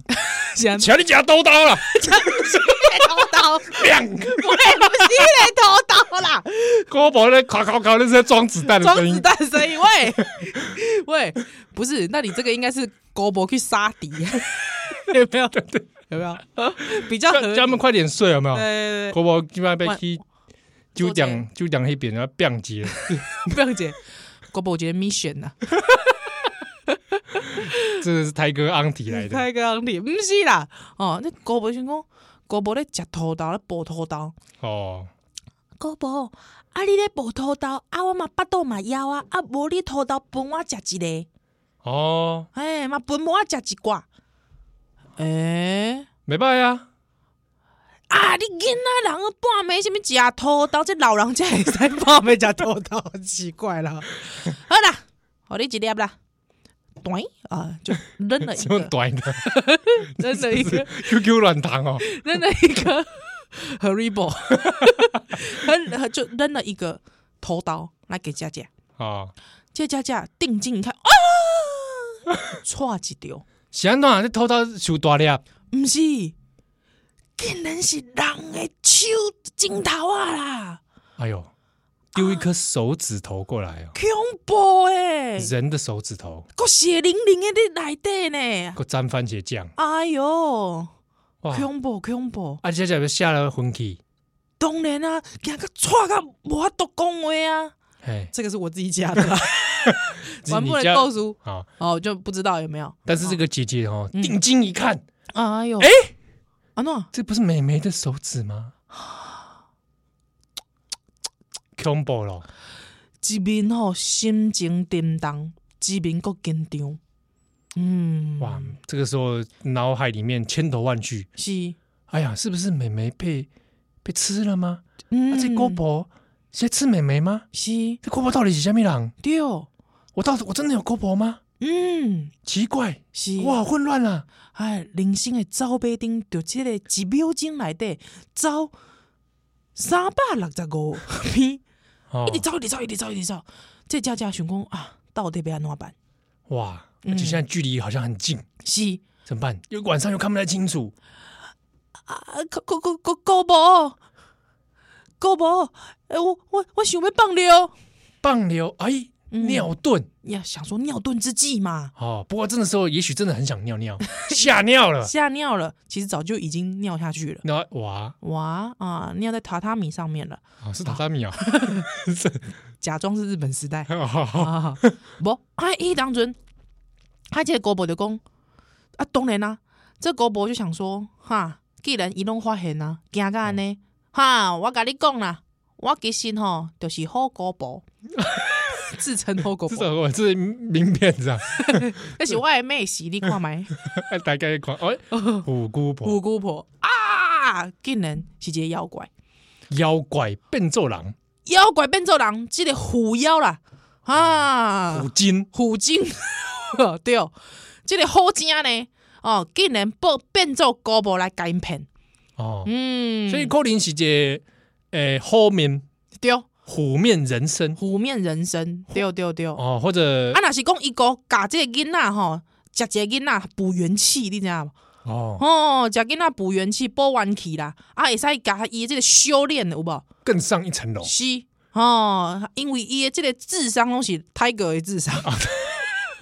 Speaker 1: 想
Speaker 2: 瞧你假偷刀了，
Speaker 1: 土豆，
Speaker 2: 两
Speaker 1: 不会不是咧土豆 啦，
Speaker 2: 姑婆在烤烤烤，那是在装子弹的
Speaker 1: 装
Speaker 2: 声
Speaker 1: 子
Speaker 2: 音，
Speaker 1: 弹声音喂喂，不是，那你这个应该是姑婆去杀敌， 有没有？
Speaker 2: 对 对，
Speaker 1: 有没有？比较合
Speaker 2: 叫
Speaker 1: 理
Speaker 2: 叫他们快点睡，有没有
Speaker 1: 对？对对
Speaker 2: 婆婆今晚被
Speaker 1: 晚
Speaker 2: 去九
Speaker 1: 做
Speaker 2: 点九点那边要变 节，
Speaker 1: 对，不要姐，姑婆觉得 mission 啊呐、
Speaker 2: 这是泰哥 a u n t 来的，
Speaker 1: 太刚烈，不是啦，哦，那姑婆想讲，姑婆咧食土豆咧剥土豆，
Speaker 2: 哦，
Speaker 1: 姑婆，啊你咧剥土豆，啊我嘛巴肚嘛枵啊，啊无你土豆分我食一个，
Speaker 2: 哦，
Speaker 1: 哎嘛分我食一寡，诶、
Speaker 2: 没办啊，
Speaker 1: 啊！你囡仔人个半暝什物食土豆，这老人家会使半暝食土豆，奇怪啦。好啦，互你一粒啦，短啊，就扔了一
Speaker 2: 这么
Speaker 1: 个，
Speaker 2: 短的
Speaker 1: 扔了 一个，
Speaker 2: QQ 软糖哦，
Speaker 1: 扔了一 个 horrible，扔就扔了一个头刀来给佳佳，
Speaker 2: 啊，
Speaker 1: 这佳佳定睛一看，啊，错一条，
Speaker 2: 是安怎样？这偷偷收大粒，
Speaker 1: 毋是，竟然是人的手指头啊啦，
Speaker 2: 哎呦，丢一颗手指头过来哦，
Speaker 1: 恐怖诶、
Speaker 2: 人的手指头，
Speaker 1: 个血淋淋的伫内底呢，
Speaker 2: 给我沾番茄酱，
Speaker 1: 哎哟，
Speaker 2: 哇，
Speaker 1: 恐怖恐怖！
Speaker 2: 啊，这下就吓了魂去，
Speaker 1: 当然啊，惊个错个无法度讲话啊，
Speaker 2: 哎，
Speaker 1: 这个是我自己加 的啦，
Speaker 2: 这是
Speaker 1: 完
Speaker 2: 你
Speaker 1: 不能
Speaker 2: 家
Speaker 1: 告诉
Speaker 2: 啊，
Speaker 1: 哦，就不知道有没有。
Speaker 2: 但是这个姐姐哦，
Speaker 1: 嗯
Speaker 2: 定睛一看，
Speaker 1: 哎呦，
Speaker 2: 哎
Speaker 1: 阿诺，
Speaker 2: 这不是美眉的手指 吗？combo 咯，
Speaker 1: 一面吼心情沉重，一面够紧张。嗯，
Speaker 2: 哇！这个时候脑海里面千头万绪，
Speaker 1: 是，
Speaker 2: 哎呀，是不是美眉被被吃了吗？
Speaker 1: 嗯
Speaker 2: 啊，这姑婆是在吃美眉吗？
Speaker 1: 是
Speaker 2: 这姑婆到底是什么人？
Speaker 1: 对，
Speaker 2: 我到底我真的有姑婆吗？
Speaker 1: 嗯，
Speaker 2: 奇怪，
Speaker 1: 是
Speaker 2: 我好混乱啊！
Speaker 1: 哎，人生的走马灯，就即个一秒钟内底走三百六十五 米，
Speaker 2: 哦
Speaker 1: 一直走，一直走，一直走，一直走。这佳佳想讲啊，到底要安怎办？
Speaker 2: 哦哇，
Speaker 1: 嗯
Speaker 2: 而且现在距离好像很近，
Speaker 1: 是
Speaker 2: 怎么办？又晚上又看不太清楚，
Speaker 1: 啊，高高高高高博，高博，哎，我我我想要放尿，
Speaker 2: 棒流哎
Speaker 1: 嗯
Speaker 2: 尿遁
Speaker 1: 呀，想说尿遁之际嘛，
Speaker 2: 哦。不过这个时候也许真的很想 尿尿，吓尿了。
Speaker 1: 吓尿了，其实早就已经尿下去了。
Speaker 2: 那哇
Speaker 1: 哇啊！尿在榻榻米上面了，
Speaker 2: 啊，是榻榻米啊！
Speaker 1: 假装是日本时代。
Speaker 2: 哦
Speaker 1: 啊，无，啊，伊当阵，啊，这个姑婆就讲，啊，当然啦、啊，这姑婆就想说，哈，既然伊拢发现啊，惊到安尼，哈，我甲你讲啦，我其实吼，就是好姑婆， 自称好姑
Speaker 2: 这
Speaker 1: 婆，
Speaker 2: 种我 是名片子啊，
Speaker 1: 那是我的妹是你看 麦，
Speaker 2: 大概看哎，五姑婆
Speaker 1: 哦五姑婆啊，竟然是一个妖怪，
Speaker 2: 妖怪变奏郎
Speaker 1: 妖怪变做人，即、个狐妖啦，啊，
Speaker 2: 虎精
Speaker 1: 虎精， 对，哦这个虎精呢，哦，竟然变变做高博来甲因骗，
Speaker 2: 哦，
Speaker 1: 嗯，
Speaker 2: 所以可能是一个诶后面
Speaker 1: 对，哦
Speaker 2: 虎面人参
Speaker 1: 虎面人生，对对对，啊，
Speaker 2: 哦，或者
Speaker 1: 若是讲伊个教这个囡仔吼，食这个囡仔补元气，你知影无？
Speaker 2: 哦
Speaker 1: 哦，食囡仔补元气、补元气啦，啊，会使甲伊即个修炼有无？
Speaker 2: 更上一 层楼
Speaker 1: 是哦，因为伊的即个智商拢是 Tiger 的智商，
Speaker 2: 啊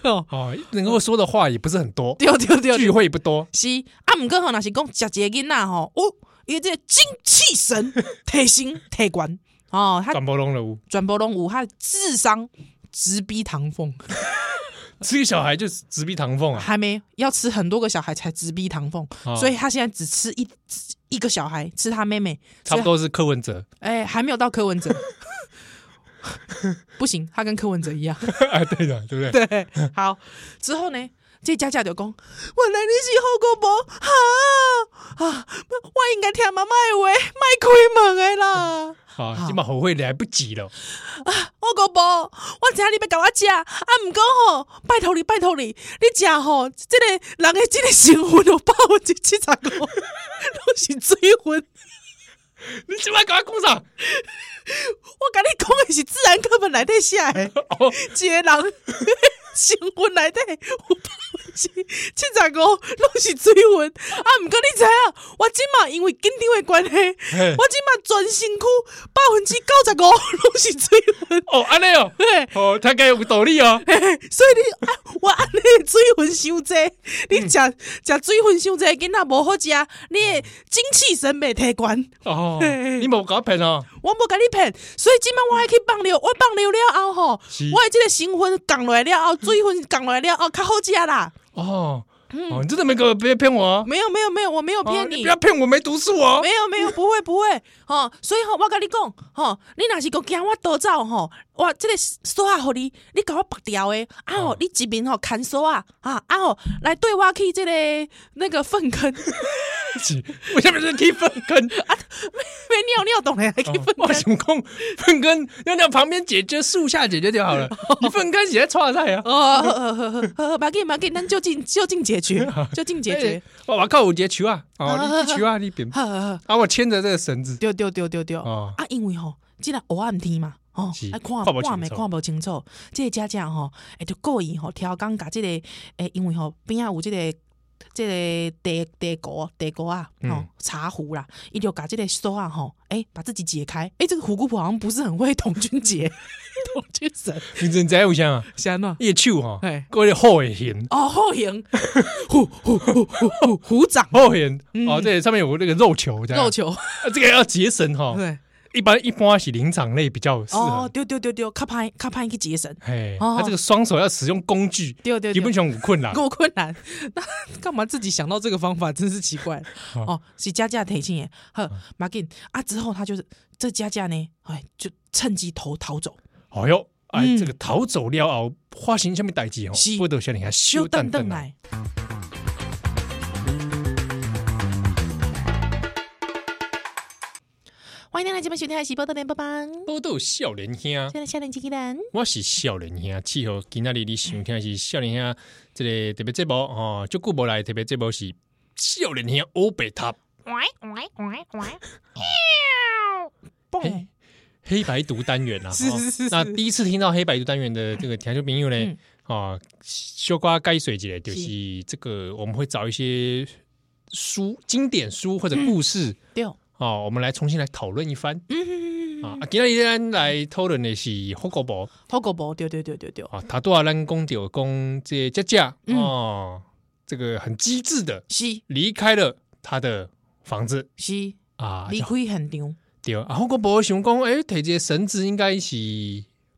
Speaker 1: 哦，
Speaker 2: 哦，能够说的话也不是很多，
Speaker 1: 对哦对对对
Speaker 2: 聚会不多
Speaker 1: 是啊，毋过吼，若是讲食一个囡仔吼，哦，伊这个精气神提升提悬哦，他
Speaker 2: 转波龙了屋，
Speaker 1: 全部拢有，他的智商直逼唐凤，
Speaker 2: 吃个小孩就直逼唐凤啊，
Speaker 1: 还没要吃很多个小孩才直逼唐凤，
Speaker 2: 哦
Speaker 1: 所以他现在只吃一只一个小孩，吃他妹妹，
Speaker 2: 差
Speaker 1: 所以
Speaker 2: 不多是柯文哲
Speaker 1: 他，哎、还没有到柯文哲， 不行，他跟柯文哲一样。
Speaker 2: 啊，对的，对不 对？
Speaker 1: 对，好，之后呢，这佳佳就讲，原来你是好姑婆，哈啊，我应该听妈妈的话，莫开门的啦。
Speaker 2: 啊，起码后悔来不及 了，
Speaker 1: 我姑婆，我知影你要甲我食，啊，毋过吼，拜托你，拜托你，你食吼，即、个人的即个成分有百分之七十五，拢是水分。
Speaker 2: 你起码赶快工厂
Speaker 1: 我甲你讲的是自然课本内底写的。
Speaker 2: 哦，
Speaker 1: 一个人成分内底有百分之七十五拢是水分，啊，毋过你知影，我即马因为紧张的关系，
Speaker 2: 嘿
Speaker 1: 我即马全身躯百分之九十五拢是水分，
Speaker 2: 哦，安尼 哦，
Speaker 1: 嘿
Speaker 2: 哦，大概有道理哦，
Speaker 1: 所以你啊，我安尼的水分伤济，你食食水分伤济，囡仔无好食，你的精气神袂提悬。
Speaker 2: 哦
Speaker 1: 嘿，
Speaker 2: 你无搞骗哦，
Speaker 1: 我无甲你骗，所以即摆我爱去放尿，我放尿了后吼，
Speaker 2: 是
Speaker 1: 我的即个成分降落来了后，水分降落来了后，较好食啦。
Speaker 2: 哦，哦，你真的没给我别骗我哦，
Speaker 1: 没有没有没有，我没有
Speaker 2: 哦
Speaker 1: 嗯骗
Speaker 2: 你
Speaker 1: 你，
Speaker 2: 不要骗我没读书哦
Speaker 1: 没，有没有，不会不会，吼、所以吼、我跟你讲，吼、你若是讲惊我倒走吼、我这个锁啊，互你，你甲我拔掉的，啊吼、
Speaker 2: 哦
Speaker 1: 你一面吼牵锁啊，啊啊吼、来对我去这个那个粪坑，
Speaker 2: 是为什么是去粪 坑？
Speaker 1: 要尿尿懂然还去
Speaker 2: 哦
Speaker 1: 粪
Speaker 2: 我
Speaker 1: 坑，
Speaker 2: 想讲粪坑尿尿旁边解决，树下解决就好 了，你粪坑写在错菜啊。
Speaker 1: 哦，呵呵呵呵呵，别紧别紧，咱就近就近解决，就近解决，
Speaker 2: 哎。我靠，有一个球啊！哦，
Speaker 1: 啊
Speaker 2: 你去球啊，你扁
Speaker 1: 呵呵呵，
Speaker 2: 啊！我牵着这个绳子
Speaker 1: 对对对对对。
Speaker 2: 哦，
Speaker 1: 啊，因为吼，即个黑暗天嘛，吼
Speaker 2: 是，
Speaker 1: 啊看
Speaker 2: 看不清
Speaker 1: 看没
Speaker 2: 楚
Speaker 1: 看无清楚，即、个家长吼，会就故意吼挑工甲即个，诶、因为吼边仔有即、个。即个地地沟地沟啊，吼、
Speaker 2: 嗯
Speaker 1: 茶壶啦，伊就把即个锁啊吼，诶、把自己解开，诶、这个虎姑婆好像不是很会童军 节，童军神，
Speaker 2: 你真知有啥啊？
Speaker 1: 是安怎？
Speaker 2: 伊的手吼
Speaker 1: 嘿，
Speaker 2: 过咧后的弦，
Speaker 1: 哦，后 影，虎虎虎虎虎虎掌
Speaker 2: 后弦哦，这上面有那个肉球这样
Speaker 1: 嗯肉。球，
Speaker 2: 啊这个要节绳哈，
Speaker 1: 对，
Speaker 2: 一般一般是啊灵长类比较适
Speaker 1: 哦，
Speaker 2: 合。
Speaker 1: 丢丢丢丢，卡拍卡拍去节省，
Speaker 2: 嘿，啊
Speaker 1: 哦
Speaker 2: 他这个双手要使用工具，
Speaker 1: 丢丢
Speaker 2: 基
Speaker 1: 丢
Speaker 2: 本。上有困难。
Speaker 1: 够困难，那干嘛自己想到这个方法，真是奇怪了
Speaker 2: 好
Speaker 1: 哦。是加价提醒耶，呵，马进啊，之后他就是这加价呢，哎，就趁机逃逃走，
Speaker 2: 哎呦，哎，
Speaker 1: 嗯
Speaker 2: 这个逃走了后，发生什么代志哦
Speaker 1: 是？
Speaker 2: 不得小啊你看，
Speaker 1: 就
Speaker 2: 修蛋
Speaker 1: 等等
Speaker 2: 蛋来。
Speaker 1: 来。
Speaker 3: 欢迎大家来这边收听《喜报的连帮帮》，
Speaker 2: 报道少年兄，
Speaker 3: 现在下点机器人，
Speaker 2: 我是少年兄，气候今仔日你想听的是少年兄，这个特别节目哦，就久无来的特别节目是少年兄欧北塔
Speaker 3: 喂喂喂喂，
Speaker 1: 蹦
Speaker 2: 嘿黑白读单元啊。
Speaker 1: 是
Speaker 2: 哦
Speaker 1: 是是
Speaker 2: 那
Speaker 1: 是
Speaker 2: 第一次听到黑白读单元的这个听众朋友呢
Speaker 1: 嗯，
Speaker 2: 哦，修瓜该水节就是这个我们会找一些书、经典书或者故事
Speaker 1: 对，
Speaker 2: 哦，我们来重新来讨论一番。
Speaker 1: 嗯，
Speaker 2: 啊，今日咱来讨论的是火锅包
Speaker 1: 好狗不？对对对对对，
Speaker 2: 啊，他多少咱讲到讲这佳佳
Speaker 1: 嗯
Speaker 2: 哦，这个很机智的
Speaker 1: 是
Speaker 2: 离开了他的房子
Speaker 1: 是，
Speaker 2: 啊，
Speaker 1: 离
Speaker 2: 就
Speaker 1: 开现场，
Speaker 2: 对啊，火锅包想讲，哎，提这个绳子应该是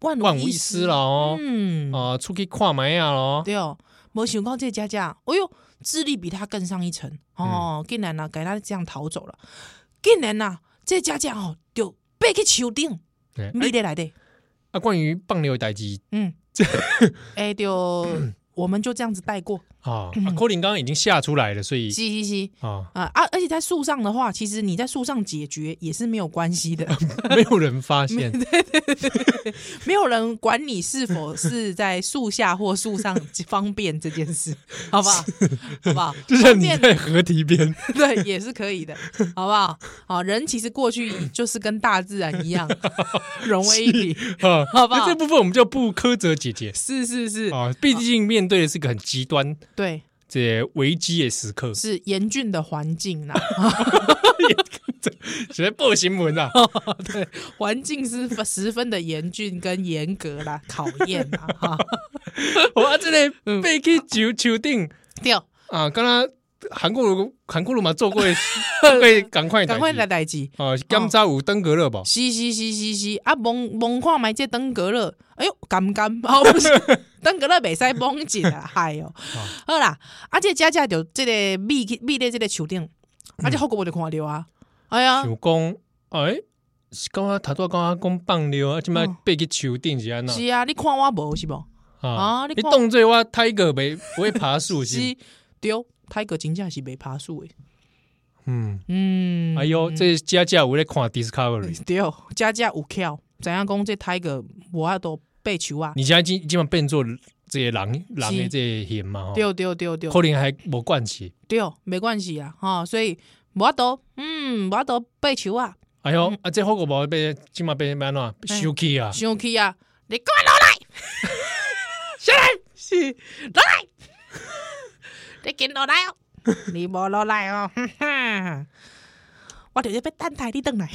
Speaker 1: 万
Speaker 2: 万
Speaker 1: 无
Speaker 2: 无一
Speaker 1: 失
Speaker 2: 失了。哦，
Speaker 1: 嗯，
Speaker 2: 啊，出去看麦啊咯，
Speaker 1: 对哦，没想到这个家家，哎呦，智力比他更上一层哦，竟然呐、啊，给他这样逃走了，竟然呐、啊，这个家家哦，就背去树顶，
Speaker 2: 对
Speaker 1: 米得来的，
Speaker 2: 嗯啊，关于放牛的代志
Speaker 1: 嗯，哎，就我们就这样子带过，
Speaker 2: 啊，啊，柯林刚刚已经吓出来了，所以
Speaker 1: 哦是是是。
Speaker 2: 啊，
Speaker 1: 啊啊！而且在树上的话，其实你在树上解决也是没有关系的，
Speaker 2: 没有人发现，
Speaker 1: 没有人管你是否是在树下或树上 方便这件事，好不好？好不好？
Speaker 2: 就像
Speaker 1: 方
Speaker 2: 你
Speaker 1: 便
Speaker 2: 在河 堤边，
Speaker 1: 对，也是可以的，好不好？好，人其实过去就是跟大自然一样融为一体，
Speaker 2: 啊，
Speaker 1: 好不好
Speaker 2: 那这部分我们就不苛责姐姐
Speaker 1: 是是是，
Speaker 2: 啊，毕竟面对的是个很极端
Speaker 1: 对，
Speaker 2: 这危机的时刻，
Speaker 1: 是严峻的环境啦，
Speaker 2: 谁在报新闻啊？
Speaker 1: 哦对，环境是十分的严峻跟严格啦，考验啦，哈，
Speaker 2: 我这个
Speaker 1: 嗯
Speaker 2: 被去酒酒顶
Speaker 1: 对，
Speaker 2: 啊，刚刚韩国人韩国人嘛做 过的，被赶快
Speaker 1: 赶快来代志。
Speaker 2: 啊，检查有登革热吧？
Speaker 1: 是是是是是啊，蒙蒙看买这登革热，哎呦，干 干哦，不是登革热袂使蒙紧啊，嗨哟、好啦，啊，这家家就这个秘秘在这个树顶，啊，这后果我就看到啊，哎呀，
Speaker 2: 想讲哎，是刚刚他都刚刚讲放尿啊，即摆被去酒顶是安那
Speaker 1: 嗯是啊，你看我无是不？
Speaker 2: 啊
Speaker 1: 啊？你
Speaker 2: 你
Speaker 1: 看
Speaker 2: 动作我 Tiger 没不会爬树 是？
Speaker 1: 是丢，泰哥真正是袂爬树诶，
Speaker 2: 嗯，
Speaker 1: 嗯，
Speaker 2: 哎呦，这家家有咧看 Discovery，
Speaker 1: 丢，家家有跳，怎样讲这泰哥无法度爬树啊？
Speaker 2: 你现在基基本变做这些狼狼的这些嘛？吼
Speaker 1: 丢丢丢丢。
Speaker 2: 哦可能还无惯起。
Speaker 1: 对，没关系啦，哈、所以我都，嗯，我都背球啊，
Speaker 2: 哎呦，啊，这火锅包被即码被安
Speaker 1: 嗯
Speaker 2: 怎收起啊？
Speaker 1: 生气啊，你给我落来， 小人是落来， 你给落来哦， 你无落来哦，哼哼， 我就是要等待你等来，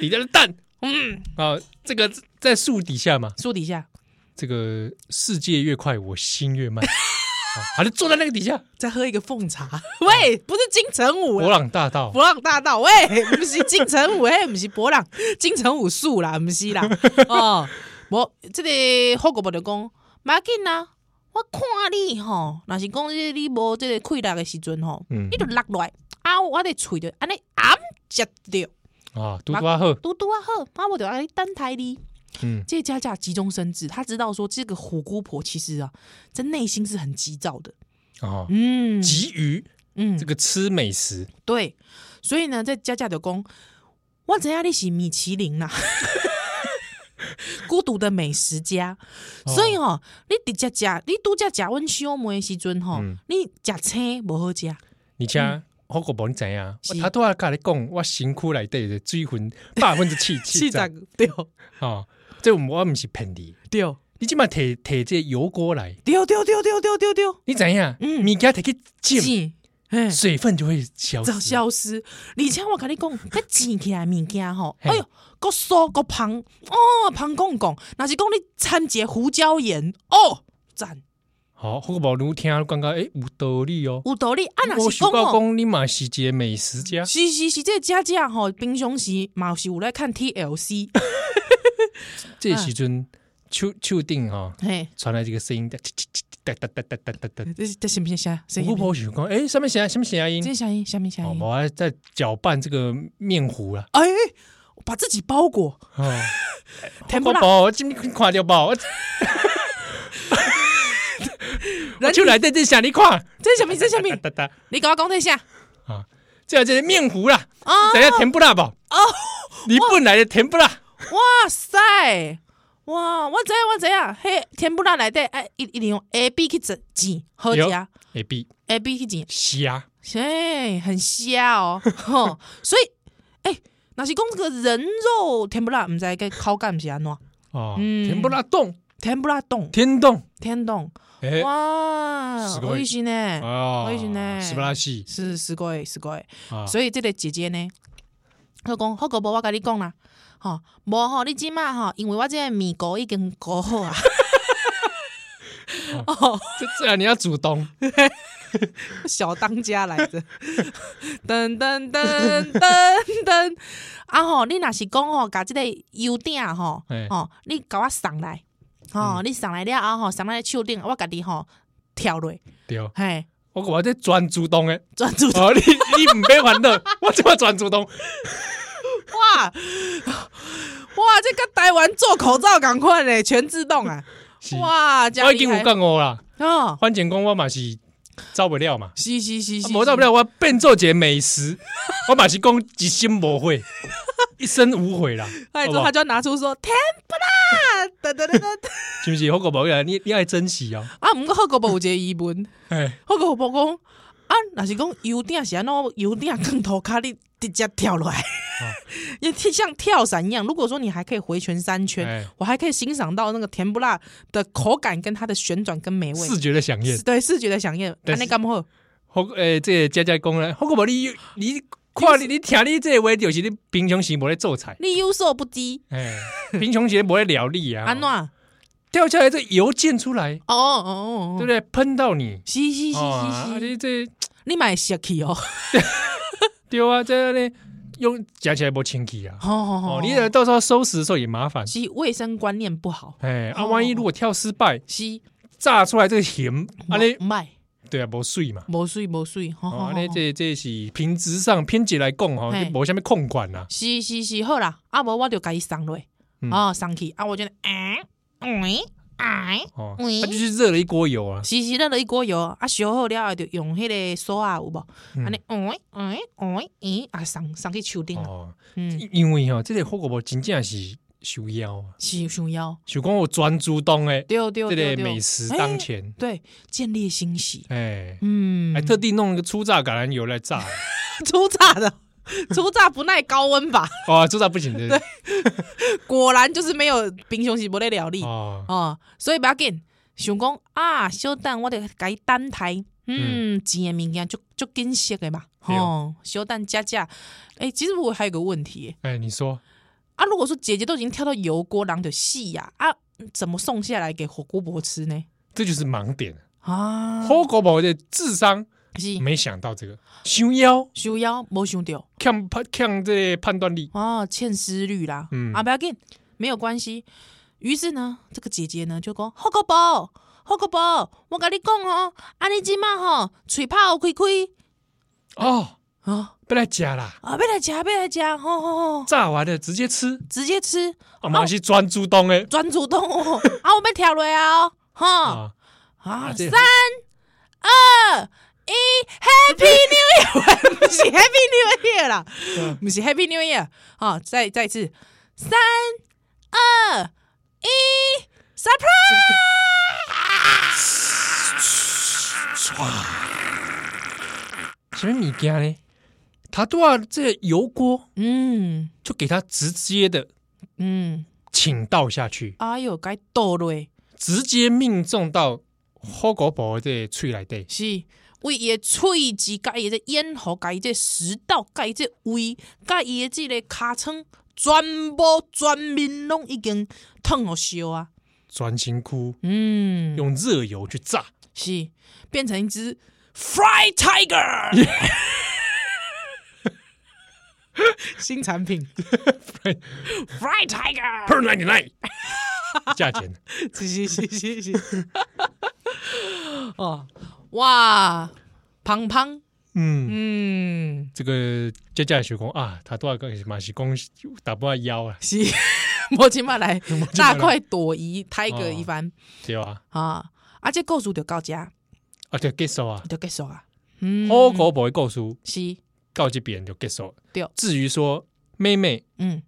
Speaker 2: 底下的蛋，嗯，啊，这个在树底下嘛，
Speaker 1: 树底下
Speaker 2: 这个世界越快，我心越 慢，啊，他就坐在那个底下，
Speaker 1: 再喝一个凤茶， 喂，不是金城武
Speaker 2: 博
Speaker 1: 啦。
Speaker 2: 朗大道，
Speaker 1: 博朗大道，喂，不是金城武，嘿，不是博朗，金城武术啦，不是啦， 哦，无，这个火锅无就讲，马紧啦，我看你吼，若是讲这个你无这个气力的时阵吼，
Speaker 2: 嗯
Speaker 1: 你就落落来，啊，我的喙就安尼暗食着，
Speaker 2: 啊，嘟嘟阿赫，
Speaker 1: 拄拄啊好，啊，我就安尼等待你。
Speaker 2: 嗯，
Speaker 1: 这家家急中生智，他知道说这个虎姑婆其实啊，这内心是很急躁的，
Speaker 2: 啊，
Speaker 1: 嗯
Speaker 2: 急于
Speaker 1: 嗯
Speaker 2: 这，个吃美食，
Speaker 1: 对，所以呢，在家家的公，我知道你是米其林啦、 孤独的美食家。所以哦，你直接食，你拄则食阮小妹的时阵吼、
Speaker 2: 嗯
Speaker 1: 你食青无好食，
Speaker 2: 而且火锅包你知影，
Speaker 1: 嗯是
Speaker 2: 他都要跟你讲，我身躯内底的水分百分之七 七十，
Speaker 1: 对
Speaker 2: 啊，这我唔是骗你，
Speaker 1: 对
Speaker 2: 你即马摕摕这油锅来，
Speaker 1: 对对对对对对对，
Speaker 2: 你知影，
Speaker 1: 嗯
Speaker 2: 物件摕去浸，
Speaker 1: 是嘿
Speaker 2: 水分就会消
Speaker 1: 早
Speaker 2: 失。
Speaker 1: 消失。而且我跟你讲，佮煎起来的物件吼，
Speaker 2: 嘿
Speaker 1: 哎哟，佮酥佮芳哦，芳公公，若是讲你掺一个胡椒盐哦，赞
Speaker 2: 好，我无愈听感觉诶有道理哦。
Speaker 1: 有道理啊，若
Speaker 2: 我
Speaker 1: 是
Speaker 2: 想
Speaker 1: 讲
Speaker 2: 到
Speaker 1: 吼，
Speaker 2: 讲你嘛是一个美食 家，
Speaker 1: 是是是，这家家吼，平常时嘛是有来看 TLC，
Speaker 2: 这时阵手手顶吼
Speaker 1: 嘿，
Speaker 2: 传来这个声音，哒哒哒哒哒哒哒哒。
Speaker 1: 这这什么声？声
Speaker 2: 我
Speaker 1: 音？
Speaker 2: 婆想讲，诶，什么声音？什么声音？
Speaker 1: 这啊声音，什么声
Speaker 2: 啊哦，
Speaker 1: 音？
Speaker 2: 我还在搅拌这个面糊啦。
Speaker 1: 哎，我把自己包裹，
Speaker 2: 哦，
Speaker 1: 天不
Speaker 2: 宝
Speaker 1: 啦，
Speaker 2: 宝，我今天看掉 包，我
Speaker 1: 人
Speaker 2: 就来在这想你看，
Speaker 1: 这什么？这什么？
Speaker 2: 哒哒
Speaker 1: 你给我讲一下
Speaker 2: 啊，这这是面糊啦，
Speaker 1: 啊！
Speaker 2: 等下甜不辣包
Speaker 1: 哦，
Speaker 2: 你本来的甜不辣，
Speaker 1: 哇塞，哇，我知影我知影，嘿，甜不辣内底哎，一一定用 A B 去整煎，好啊食
Speaker 2: 对会比
Speaker 1: A B 去煎，
Speaker 2: 虾
Speaker 1: 嘿，很香哦，吼，所以哎，若是讲这个人肉甜不辣，毋知个口感是安怎？
Speaker 2: 哦，
Speaker 1: 嗯
Speaker 2: 甜不辣冻，
Speaker 1: 甜不辣冻，
Speaker 2: 天冻，
Speaker 1: 天冻，
Speaker 2: 哎，
Speaker 1: 哇，
Speaker 2: すごい
Speaker 1: 美味しい呢，
Speaker 2: 哦
Speaker 1: 美味しい呢
Speaker 2: 素晴らしい
Speaker 1: 是すごいすごい。
Speaker 2: 啊，
Speaker 1: 所以这个姐姐呢，她讲好个无，我跟你讲啦，吼、无吼，你即马吼，因为我这个米糊已经糊好啊，
Speaker 2: 这这你要主动，
Speaker 1: 小当家来着， 噔噔噔噔噔，啊吼，你若是讲吼，甲即个油鼎吼
Speaker 2: 嘿，嗯
Speaker 1: 吼，你甲我送来，吼、你送来了后吼，送来手顶，我甲你吼跳落，
Speaker 2: 对，
Speaker 1: 嘿，
Speaker 2: 我我这专主动诶，
Speaker 1: 专注
Speaker 2: 哦，你你唔别烦恼， 我这么专主动，
Speaker 1: 哇 哇，这跟台湾做口罩共款嘞，全自动啊，
Speaker 2: 是
Speaker 1: 哇，真
Speaker 2: 我已
Speaker 1: 厉
Speaker 2: 经
Speaker 1: 害
Speaker 2: 有讲我啦，
Speaker 1: 哦。
Speaker 2: 反正讲我嘛是走不了嘛。
Speaker 1: 是是是是，
Speaker 2: 无到不了，我变做一个 美食，我嘛是讲一心无悔，一生无悔啦，
Speaker 1: 哎，
Speaker 2: 好
Speaker 1: 之
Speaker 2: 不
Speaker 1: 后
Speaker 2: 好
Speaker 1: 他？就要拿出说 啊天不啦，哒哒哒哒。
Speaker 2: 是不是好个无啦？你你爱珍惜哦。
Speaker 1: 啊，毋过好个无有一个疑问，
Speaker 2: 哎，
Speaker 1: 好个无讲啊，若是讲油鼎是安怎油鼎更头骹你直接跳落
Speaker 2: 哦
Speaker 1: 来， 也像跳伞一样。如果说你还可以回旋三圈
Speaker 2: 哎，
Speaker 1: 我还可以欣赏到那个甜不辣的口感跟它的旋转跟美味
Speaker 2: 视，觉的响应
Speaker 1: 是。对视觉的响应。
Speaker 2: 但
Speaker 1: 安
Speaker 2: 是
Speaker 1: 尼干好，
Speaker 2: 好，诶，这个佳佳讲咧，好个无你你看你你听你这个话，就是你平常时无咧 做菜，
Speaker 1: 你有所不知，
Speaker 2: 哎，平常时无咧料理啊，
Speaker 1: 安怎？哦
Speaker 2: 掉下来这油溅出来，
Speaker 1: 哦哦，
Speaker 2: 对不
Speaker 1: 对？
Speaker 2: 对？喷到你，
Speaker 1: 是是
Speaker 2: 哦
Speaker 1: 是
Speaker 2: 啊
Speaker 1: 是是，
Speaker 2: 你这
Speaker 1: 你买食去哦，
Speaker 2: 对啊，这咧用夹起来无清气啊。
Speaker 1: 好好好
Speaker 2: 哦，，你呃到时候收拾的时候也麻烦。
Speaker 1: 是卫生观念不好，
Speaker 2: 哎，啊，
Speaker 1: 哦
Speaker 2: 万一如果跳失败，
Speaker 1: 是。
Speaker 2: 炸出来这个咸，啊
Speaker 1: 安
Speaker 2: 你
Speaker 1: 尼卖
Speaker 2: 对啊，无水嘛。
Speaker 1: 无水无水，吼
Speaker 2: 哦，
Speaker 1: 吼
Speaker 2: 啊
Speaker 1: 吼
Speaker 2: 你这这是品质上偏级来讲吼，
Speaker 1: 嘿
Speaker 2: 你无虾米控管啊啦。
Speaker 1: 是是是，好啦，啊无我就甲伊送落，
Speaker 2: 嗯
Speaker 1: 哦送去，啊我觉得，
Speaker 3: 哎哎哎，
Speaker 2: 哦，
Speaker 3: 喂
Speaker 2: 它就是热了一锅油啊。
Speaker 1: 是是咱落一锅油，啊烧好了后就用迄个锁啊有无？
Speaker 2: 嗯
Speaker 1: 安尼，哎哎哎哎，啊送送去树顶啊，
Speaker 2: 哦，
Speaker 1: 嗯，
Speaker 2: 因为吼，这个火锅包真正是受邀啊，
Speaker 1: 是想要，
Speaker 2: 想讲我专注当诶，
Speaker 1: 对对
Speaker 2: 这
Speaker 1: 对
Speaker 2: 个
Speaker 1: 对，
Speaker 2: 美食当前，
Speaker 1: 对，建立欣喜，
Speaker 2: 哎，
Speaker 1: 嗯
Speaker 2: 还，特地弄一个初榨橄榄油来炸。
Speaker 1: 出炸的。 出炸不耐高温 吧？
Speaker 2: 哇，哦初榨不行的。
Speaker 1: 果然就是没有平常时无咧料理
Speaker 2: 哦，
Speaker 1: 哦，所以不要紧，想讲啊，小等，我得改等台，嗯，钱的物件就就紧些的嘛，
Speaker 2: 对
Speaker 1: 哦，小等加价。哎、其实我还有个问题耶
Speaker 2: 哎，你说
Speaker 1: 啊，如果说姐姐都已经跳到油锅，狼的细呀，啊，怎么送下来给火锅伯吃呢？
Speaker 2: 这就是盲点。
Speaker 1: 啊，
Speaker 2: 火锅包的智商
Speaker 1: 是
Speaker 2: 没想到这个，受邀
Speaker 1: 想要没想到
Speaker 2: 看判看这个判断力。
Speaker 1: 哦，欠思虑啦，
Speaker 2: 嗯
Speaker 1: 啊，不要紧，没有关系。于是呢，这个姐姐呢就讲火锅伯，火锅伯，我跟你讲哦，啊，你即马吼，嘴泡开开
Speaker 2: 哦，
Speaker 1: 啊。
Speaker 2: 不来加啦。
Speaker 1: 啊，别来吃，别来吃，吼吼吼，
Speaker 2: 炸完了直接吃，
Speaker 1: 直接吃，
Speaker 2: 啊，嘛是专猪东诶。
Speaker 1: 专主动哦，啊，我被跳落来哦，哈
Speaker 2: 啊，
Speaker 1: 啊，
Speaker 2: 这
Speaker 1: 三二一，Happy New Year，不是 Happy New Year 啦，不是 Happy New Year，啊，再再一次，三二一，Surprise，
Speaker 2: 什么物件呢？他都要这个油锅
Speaker 1: 嗯
Speaker 2: 就给它直接的
Speaker 1: 嗯，
Speaker 2: 倾倒下去，
Speaker 1: 哎呦，该倒落，
Speaker 2: 直接命中到火锅婆这个喙内底。
Speaker 1: 是。为伊的喙齿、甲伊的咽喉、甲伊的食道、甲伊的胃、甲伊的即个尻川，全部全面拢已经烫互烧啊！
Speaker 2: 转型窟
Speaker 1: 嗯，
Speaker 2: 用热油去炸，
Speaker 1: 是变成一只 Fry Tiger，新产品 Fry Tiger，
Speaker 2: ，Per ninety nine，价钱
Speaker 1: 是 是是是是，哦，哇，胖胖，
Speaker 2: 嗯。
Speaker 1: 嗯，
Speaker 2: 这个佳佳学工啊，他多少个马是工打不到腰啊，
Speaker 1: 是， 我今麦来哦
Speaker 2: 今麦
Speaker 1: 大
Speaker 2: 来
Speaker 1: 快朵颐 Tiger 一番
Speaker 2: 对吧？
Speaker 1: 啊，啊，这故事就到这，
Speaker 2: 啊，对，结束啊，
Speaker 1: 就结束啊，嗯，
Speaker 2: 好狗不会告诉
Speaker 1: 是，
Speaker 2: 告这别人就结束了。
Speaker 1: 对
Speaker 2: 至于说妹妹
Speaker 1: 嗯，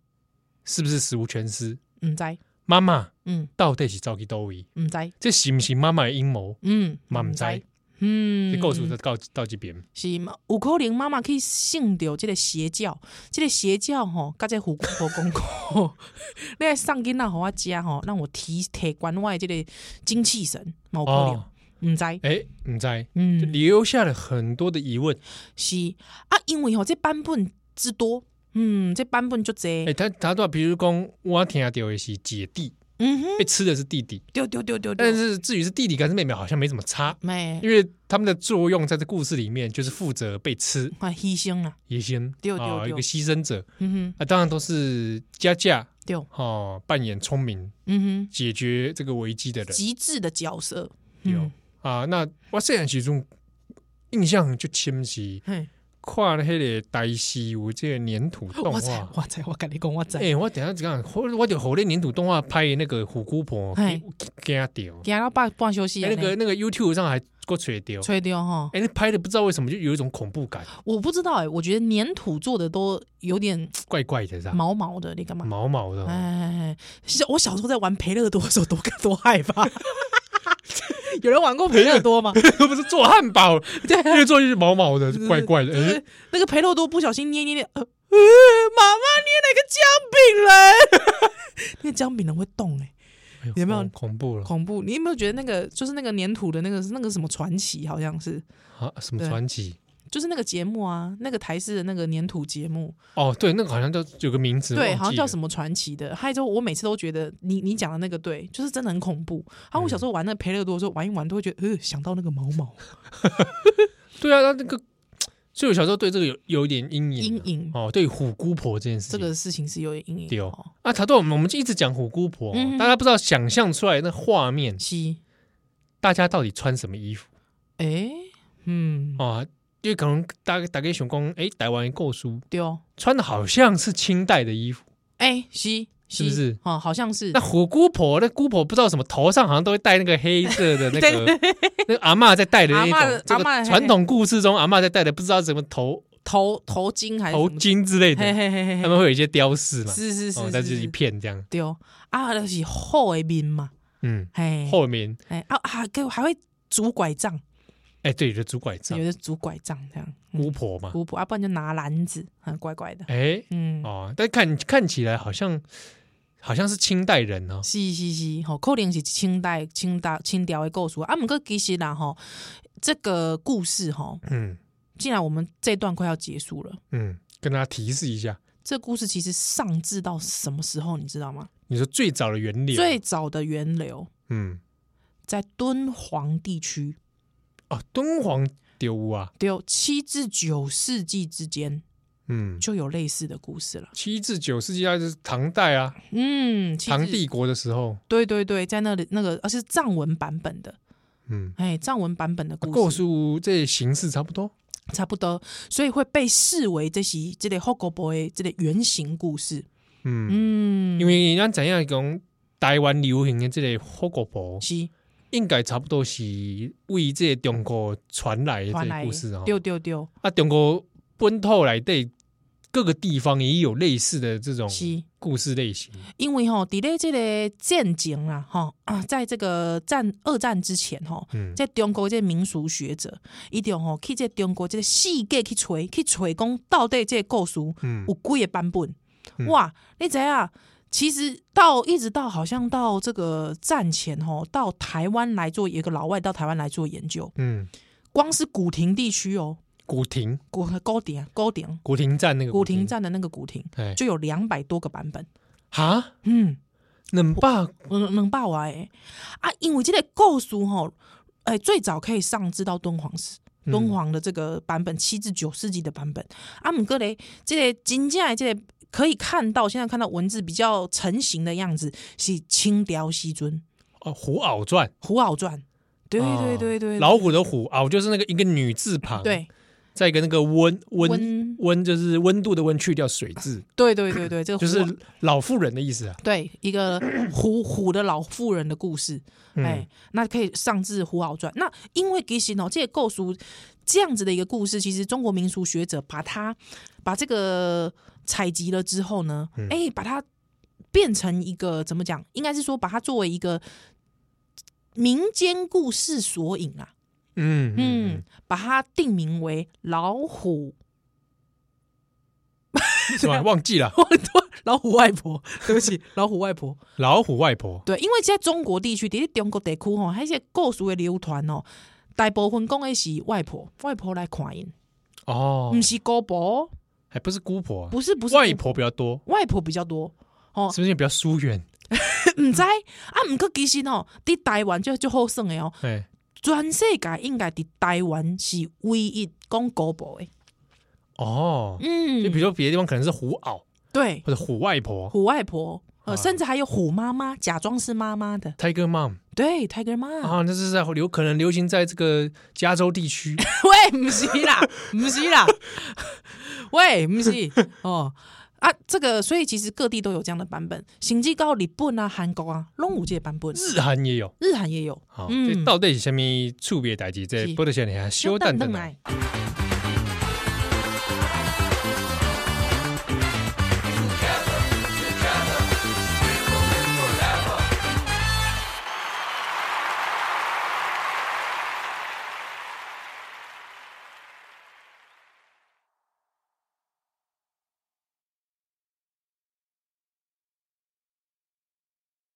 Speaker 2: 是不是十无全尸，
Speaker 1: 唔知，
Speaker 2: 妈妈
Speaker 1: 嗯，
Speaker 2: 到底是走去多位，
Speaker 1: 唔知，
Speaker 2: 这是不是妈妈的阴谋？
Speaker 1: 嗯，
Speaker 2: 嘛唔知，
Speaker 1: 嗯，
Speaker 2: 这告诉就到到这边，
Speaker 1: 是嘛？有可能妈妈去信着即个邪教，即、个邪教吼，甲这个虎姑婆讲过， 你来送囡仔互我食吼，让我提提悬我的即个精气神，嘛有可能，
Speaker 2: 哦，
Speaker 1: 毋、知，
Speaker 2: 哎，唔知，就
Speaker 1: 嗯，
Speaker 2: 留下了很多的疑问。
Speaker 1: 是啊，因为吼这版本之多，嗯，这版本就这，
Speaker 2: 哎、他他说，比如讲，我听到的是姐弟
Speaker 1: 嗯哼，
Speaker 2: 被吃的是弟弟，
Speaker 1: 对对对哎对
Speaker 2: 但
Speaker 1: 对，
Speaker 2: 是至于是弟弟还是妹妹，好像没怎么差。
Speaker 1: 没
Speaker 2: 因，为他们的作用在这故事里面就是负责被吃
Speaker 1: 啊，牺牲啊，
Speaker 2: 也先
Speaker 1: 对对
Speaker 2: 啊，
Speaker 1: 对
Speaker 2: 一个牺牲者
Speaker 1: 嗯哼，
Speaker 2: 啊，当然都是佳佳
Speaker 1: 对，
Speaker 2: 哦扮演聪明
Speaker 1: 嗯
Speaker 2: 解决这个危机的
Speaker 1: 哼，
Speaker 2: 人
Speaker 1: 极致的角色，
Speaker 2: 有
Speaker 1: 嗯，
Speaker 2: 啊。那我虽然其中印象就清晰，
Speaker 1: 嘿，
Speaker 2: 看了那个台西有这个粘土动
Speaker 1: 我知
Speaker 2: 画。
Speaker 1: 我知，我跟你讲，我知，
Speaker 2: 哎、我等一下这样，我我就后那粘土动画拍的那个虎姑婆
Speaker 1: 嘿，
Speaker 2: 给他丢，
Speaker 1: 今到半半休息
Speaker 2: 哎、
Speaker 1: 啊，
Speaker 2: 那个那个 YouTube 上还给我吹丢，
Speaker 1: 吹掉吼。
Speaker 2: 哎、那拍的不知道为什么就有一种恐怖感，
Speaker 1: 我不知道哎、我觉得粘土做的都有点
Speaker 2: 怪怪的，是吧？
Speaker 1: 毛毛的，你干嘛？
Speaker 2: 啊毛毛的哦、
Speaker 1: 哎哎，哎小我小时候在玩培乐多的时候多多害 怕。有人玩过培乐多吗？
Speaker 2: 又 不是做汉堡，
Speaker 1: 对啊，
Speaker 2: 越 做越毛毛的，怪怪 的。
Speaker 1: 就
Speaker 2: 哎
Speaker 1: 是那个培乐多不小心捏捏捏，呃，呃妈妈捏了一个姜 饼人，那个姜饼人会动哎、
Speaker 2: 哎呦
Speaker 1: 有没有
Speaker 2: 恐恐怖了？
Speaker 1: 恐怖！你有没有觉得那个就是那个粘土的那个那个什么传奇，好像是
Speaker 2: 啊，什么
Speaker 1: 对
Speaker 2: 传奇？
Speaker 1: 就是那个节目啊，那个台式的那个粘土节目，
Speaker 2: 哦，对，那个好像叫有个名字，
Speaker 1: 对，好像叫什
Speaker 2: 么？
Speaker 1: 么传奇的。还有之后，我每次都觉得你你讲的那个对，就是真的很恐
Speaker 2: 嗯
Speaker 1: 怖。然后我小时候玩那个培乐多的时候，玩一玩都会觉得，呃，想到那个毛毛
Speaker 2: 对啊，那那个，所以我小时候对这个有有一点 阴影啊。
Speaker 1: 阴影，
Speaker 2: 哦，对虎姑婆这件事
Speaker 1: 这
Speaker 2: 情，
Speaker 1: 个事情是有点阴影。
Speaker 2: 对哦
Speaker 1: 哦，
Speaker 2: 啊，他对我们我们就一直讲虎姑婆哦
Speaker 1: 嗯，哼
Speaker 2: 大家不知道想象出来那画面，
Speaker 1: 是，
Speaker 2: 大家到底穿什么衣服
Speaker 1: 哎，嗯，
Speaker 2: 啊？因为可能大大概想讲，哎，台湾购书
Speaker 1: 对哦，
Speaker 2: 穿的好像是清代的衣服，
Speaker 1: 哎，是
Speaker 2: 是不是？
Speaker 1: 哦，好像是
Speaker 2: 那。虎姑婆，那姑婆不知道什么，头上好像都会戴那个黑色的那个， 那个阿嬷在戴的那
Speaker 1: 阿嬷的
Speaker 2: 种，这
Speaker 1: 阿嬷的嘿
Speaker 2: 个传统故事中阿嬷在戴的，不知道什么头
Speaker 1: 头头巾还是
Speaker 2: 头
Speaker 1: 什么
Speaker 2: 巾之类
Speaker 1: 嘿
Speaker 2: 的，
Speaker 1: 嘿嘿
Speaker 2: 他
Speaker 1: 嘿
Speaker 2: 们会有一些雕饰
Speaker 1: 嘿，
Speaker 2: 嘛，
Speaker 1: 是是
Speaker 2: 哦，
Speaker 1: 是
Speaker 2: 但
Speaker 1: 是
Speaker 2: 是一
Speaker 1: 是，
Speaker 2: 片这样，
Speaker 1: 对哦，啊，就是厚的面嘛，
Speaker 2: 嗯，
Speaker 1: 嘿，
Speaker 2: 后面
Speaker 1: 哎啊还还还会拄拐杖，
Speaker 2: 哎，对，有的拄拐杖
Speaker 1: 有，的拄拐杖这样，嗯
Speaker 2: 姑婆嘛，
Speaker 1: 姑婆，啊，不然就拿篮子，很怪怪的。
Speaker 2: 哎，
Speaker 1: 嗯，
Speaker 2: 哦，但看看起来好像好像是清代人哦，
Speaker 1: 是是是，吼，可能是清代、清代、清朝的故事。啊，毋过其实啦，吼，这个故事吼，
Speaker 2: 嗯
Speaker 1: 既然我们这段快要结束了，
Speaker 2: 嗯，跟大家提示一下，
Speaker 1: 这故事其实上至到什么时候，你知道吗？
Speaker 2: 你说最早的源流，
Speaker 1: 最早的源流
Speaker 2: 嗯，
Speaker 1: 在敦煌地区，
Speaker 2: 哦，敦煌丢屋啊，
Speaker 1: 对哦，七至九世纪之间
Speaker 2: 嗯。
Speaker 1: 就有类似的故事了。
Speaker 2: 七至九世纪，那就是唐代啊，
Speaker 1: 嗯，七至
Speaker 2: 唐，帝国的时候，
Speaker 1: 对对对，在那里那个，而、是藏文版本的，
Speaker 2: 嗯，
Speaker 1: 哎，藏文版本的故事。
Speaker 2: 构书啊这形式差不多，
Speaker 1: 差不多，所以会被视为这是这个 h o g o b o 的这个原型故事。
Speaker 2: 嗯，
Speaker 1: 嗯，
Speaker 2: 因为咱怎样讲，台湾流行的这个火锅婆，
Speaker 1: 是
Speaker 2: 应该差不多是为这个中国传来的这
Speaker 1: 传
Speaker 2: 个
Speaker 1: 来
Speaker 2: 故事啊、
Speaker 1: 丢丢丢，
Speaker 2: 啊，中国本土来对各个地方也有类似的这种
Speaker 1: 是
Speaker 2: 故事类型，
Speaker 1: 因为吼，伫咧这个战前啦，吼啊，在这个战二战之前吼，
Speaker 2: 嗯，
Speaker 1: 在中国这个民俗学者，伊就吼去这个中国这个世界去找去找讲到底这个故事
Speaker 2: 嗯
Speaker 1: 有几个版本？
Speaker 2: 嗯
Speaker 1: 哇，你知啊？其实到一直到好像到这个战前吼，到台湾来做一个老外到台湾来做研究，
Speaker 2: 嗯，
Speaker 1: 光是古亭地区哦，
Speaker 2: 古亭
Speaker 1: 古高鼎高鼎
Speaker 2: 古亭站那个
Speaker 1: 古亭，站的那个古亭
Speaker 2: 哎，
Speaker 1: 就有两百多个版本。
Speaker 2: 哈，
Speaker 1: 嗯，
Speaker 2: 冷霸，
Speaker 1: 两两百外的啊，因为这个故事吼、哎、最早可以上至到敦煌时。
Speaker 2: 嗯
Speaker 1: 敦煌的这个版本，七至九世纪的版本，啊阿姆哥雷这个金价这个可以看到，现在看到文字比较成型的样子是清雕西尊
Speaker 2: 哦，《虎袄传》
Speaker 1: 《虎袄传》，对
Speaker 2: 哦
Speaker 1: 对对对，
Speaker 2: 老虎的虎袄就是那个一个女字旁，，
Speaker 1: 对
Speaker 2: 再一个那个温温
Speaker 1: 温
Speaker 2: 温就是温度的温，去掉水字，
Speaker 1: 对对对对，这个
Speaker 2: 就
Speaker 1: 啊虎
Speaker 2: 是老妇人的意思啊。
Speaker 1: 对一 个虎虎的老妇人的故事，
Speaker 2: 嗯
Speaker 1: 哎、那可以上至《虎袄传》。那因为其实哦，这个构书这样子的一个故事，其实中国民俗学者把它把这个采集了之后呢，
Speaker 2: 嗯
Speaker 1: 哎、把它变成一个怎么讲？应该是说把它作为一个民间故事索引啊，
Speaker 2: 嗯
Speaker 1: 嗯，把它定名为老虎
Speaker 2: 嗯，是吧？忘记了
Speaker 1: 老虎外婆，对不起，老虎外婆。
Speaker 2: 老虎外婆，
Speaker 1: 对，因为在中国地区，伫咧中国地区吼，迄些故事的流传哦，大部分讲的是外婆，外婆来看因，
Speaker 2: 哦
Speaker 1: 毋，是姑婆，
Speaker 2: 还不是姑婆啊，
Speaker 1: 不是不是
Speaker 2: 外，婆比较多，
Speaker 1: 外婆比较多。哦
Speaker 2: 是不是因为比较疏远？
Speaker 1: 毋知啊，毋过其实哦，伫台湾就就好耍的哦，
Speaker 2: 哎，
Speaker 1: 全世界应该伫台湾是唯一讲姑婆的。
Speaker 2: 哦，就比
Speaker 1: 嗯，
Speaker 2: 如说别的地方可能是虎袄
Speaker 1: 对，
Speaker 2: 或者虎外婆
Speaker 1: 虎外婆，呃，
Speaker 2: 啊
Speaker 1: 甚至还有虎妈妈，假装是妈妈的，
Speaker 2: （Tiger Mom）
Speaker 1: 对，Tiger 妈。
Speaker 2: 啊，那是在有可能流行在这个加州地区
Speaker 1: 喂，唔是 啦，唔是啦， 喂，唔是哦啊，这个所以其实各地都有这样的版本，甚至到日本啊、韩国啊，拢有这个版本，
Speaker 2: 日韩也有。哦
Speaker 1: 日韩也有。
Speaker 2: 好，
Speaker 1: 嗯
Speaker 2: 这到底是什么区别代志？这
Speaker 1: 是
Speaker 2: 波多少年啊，修蛋蛋奶。
Speaker 1: 来。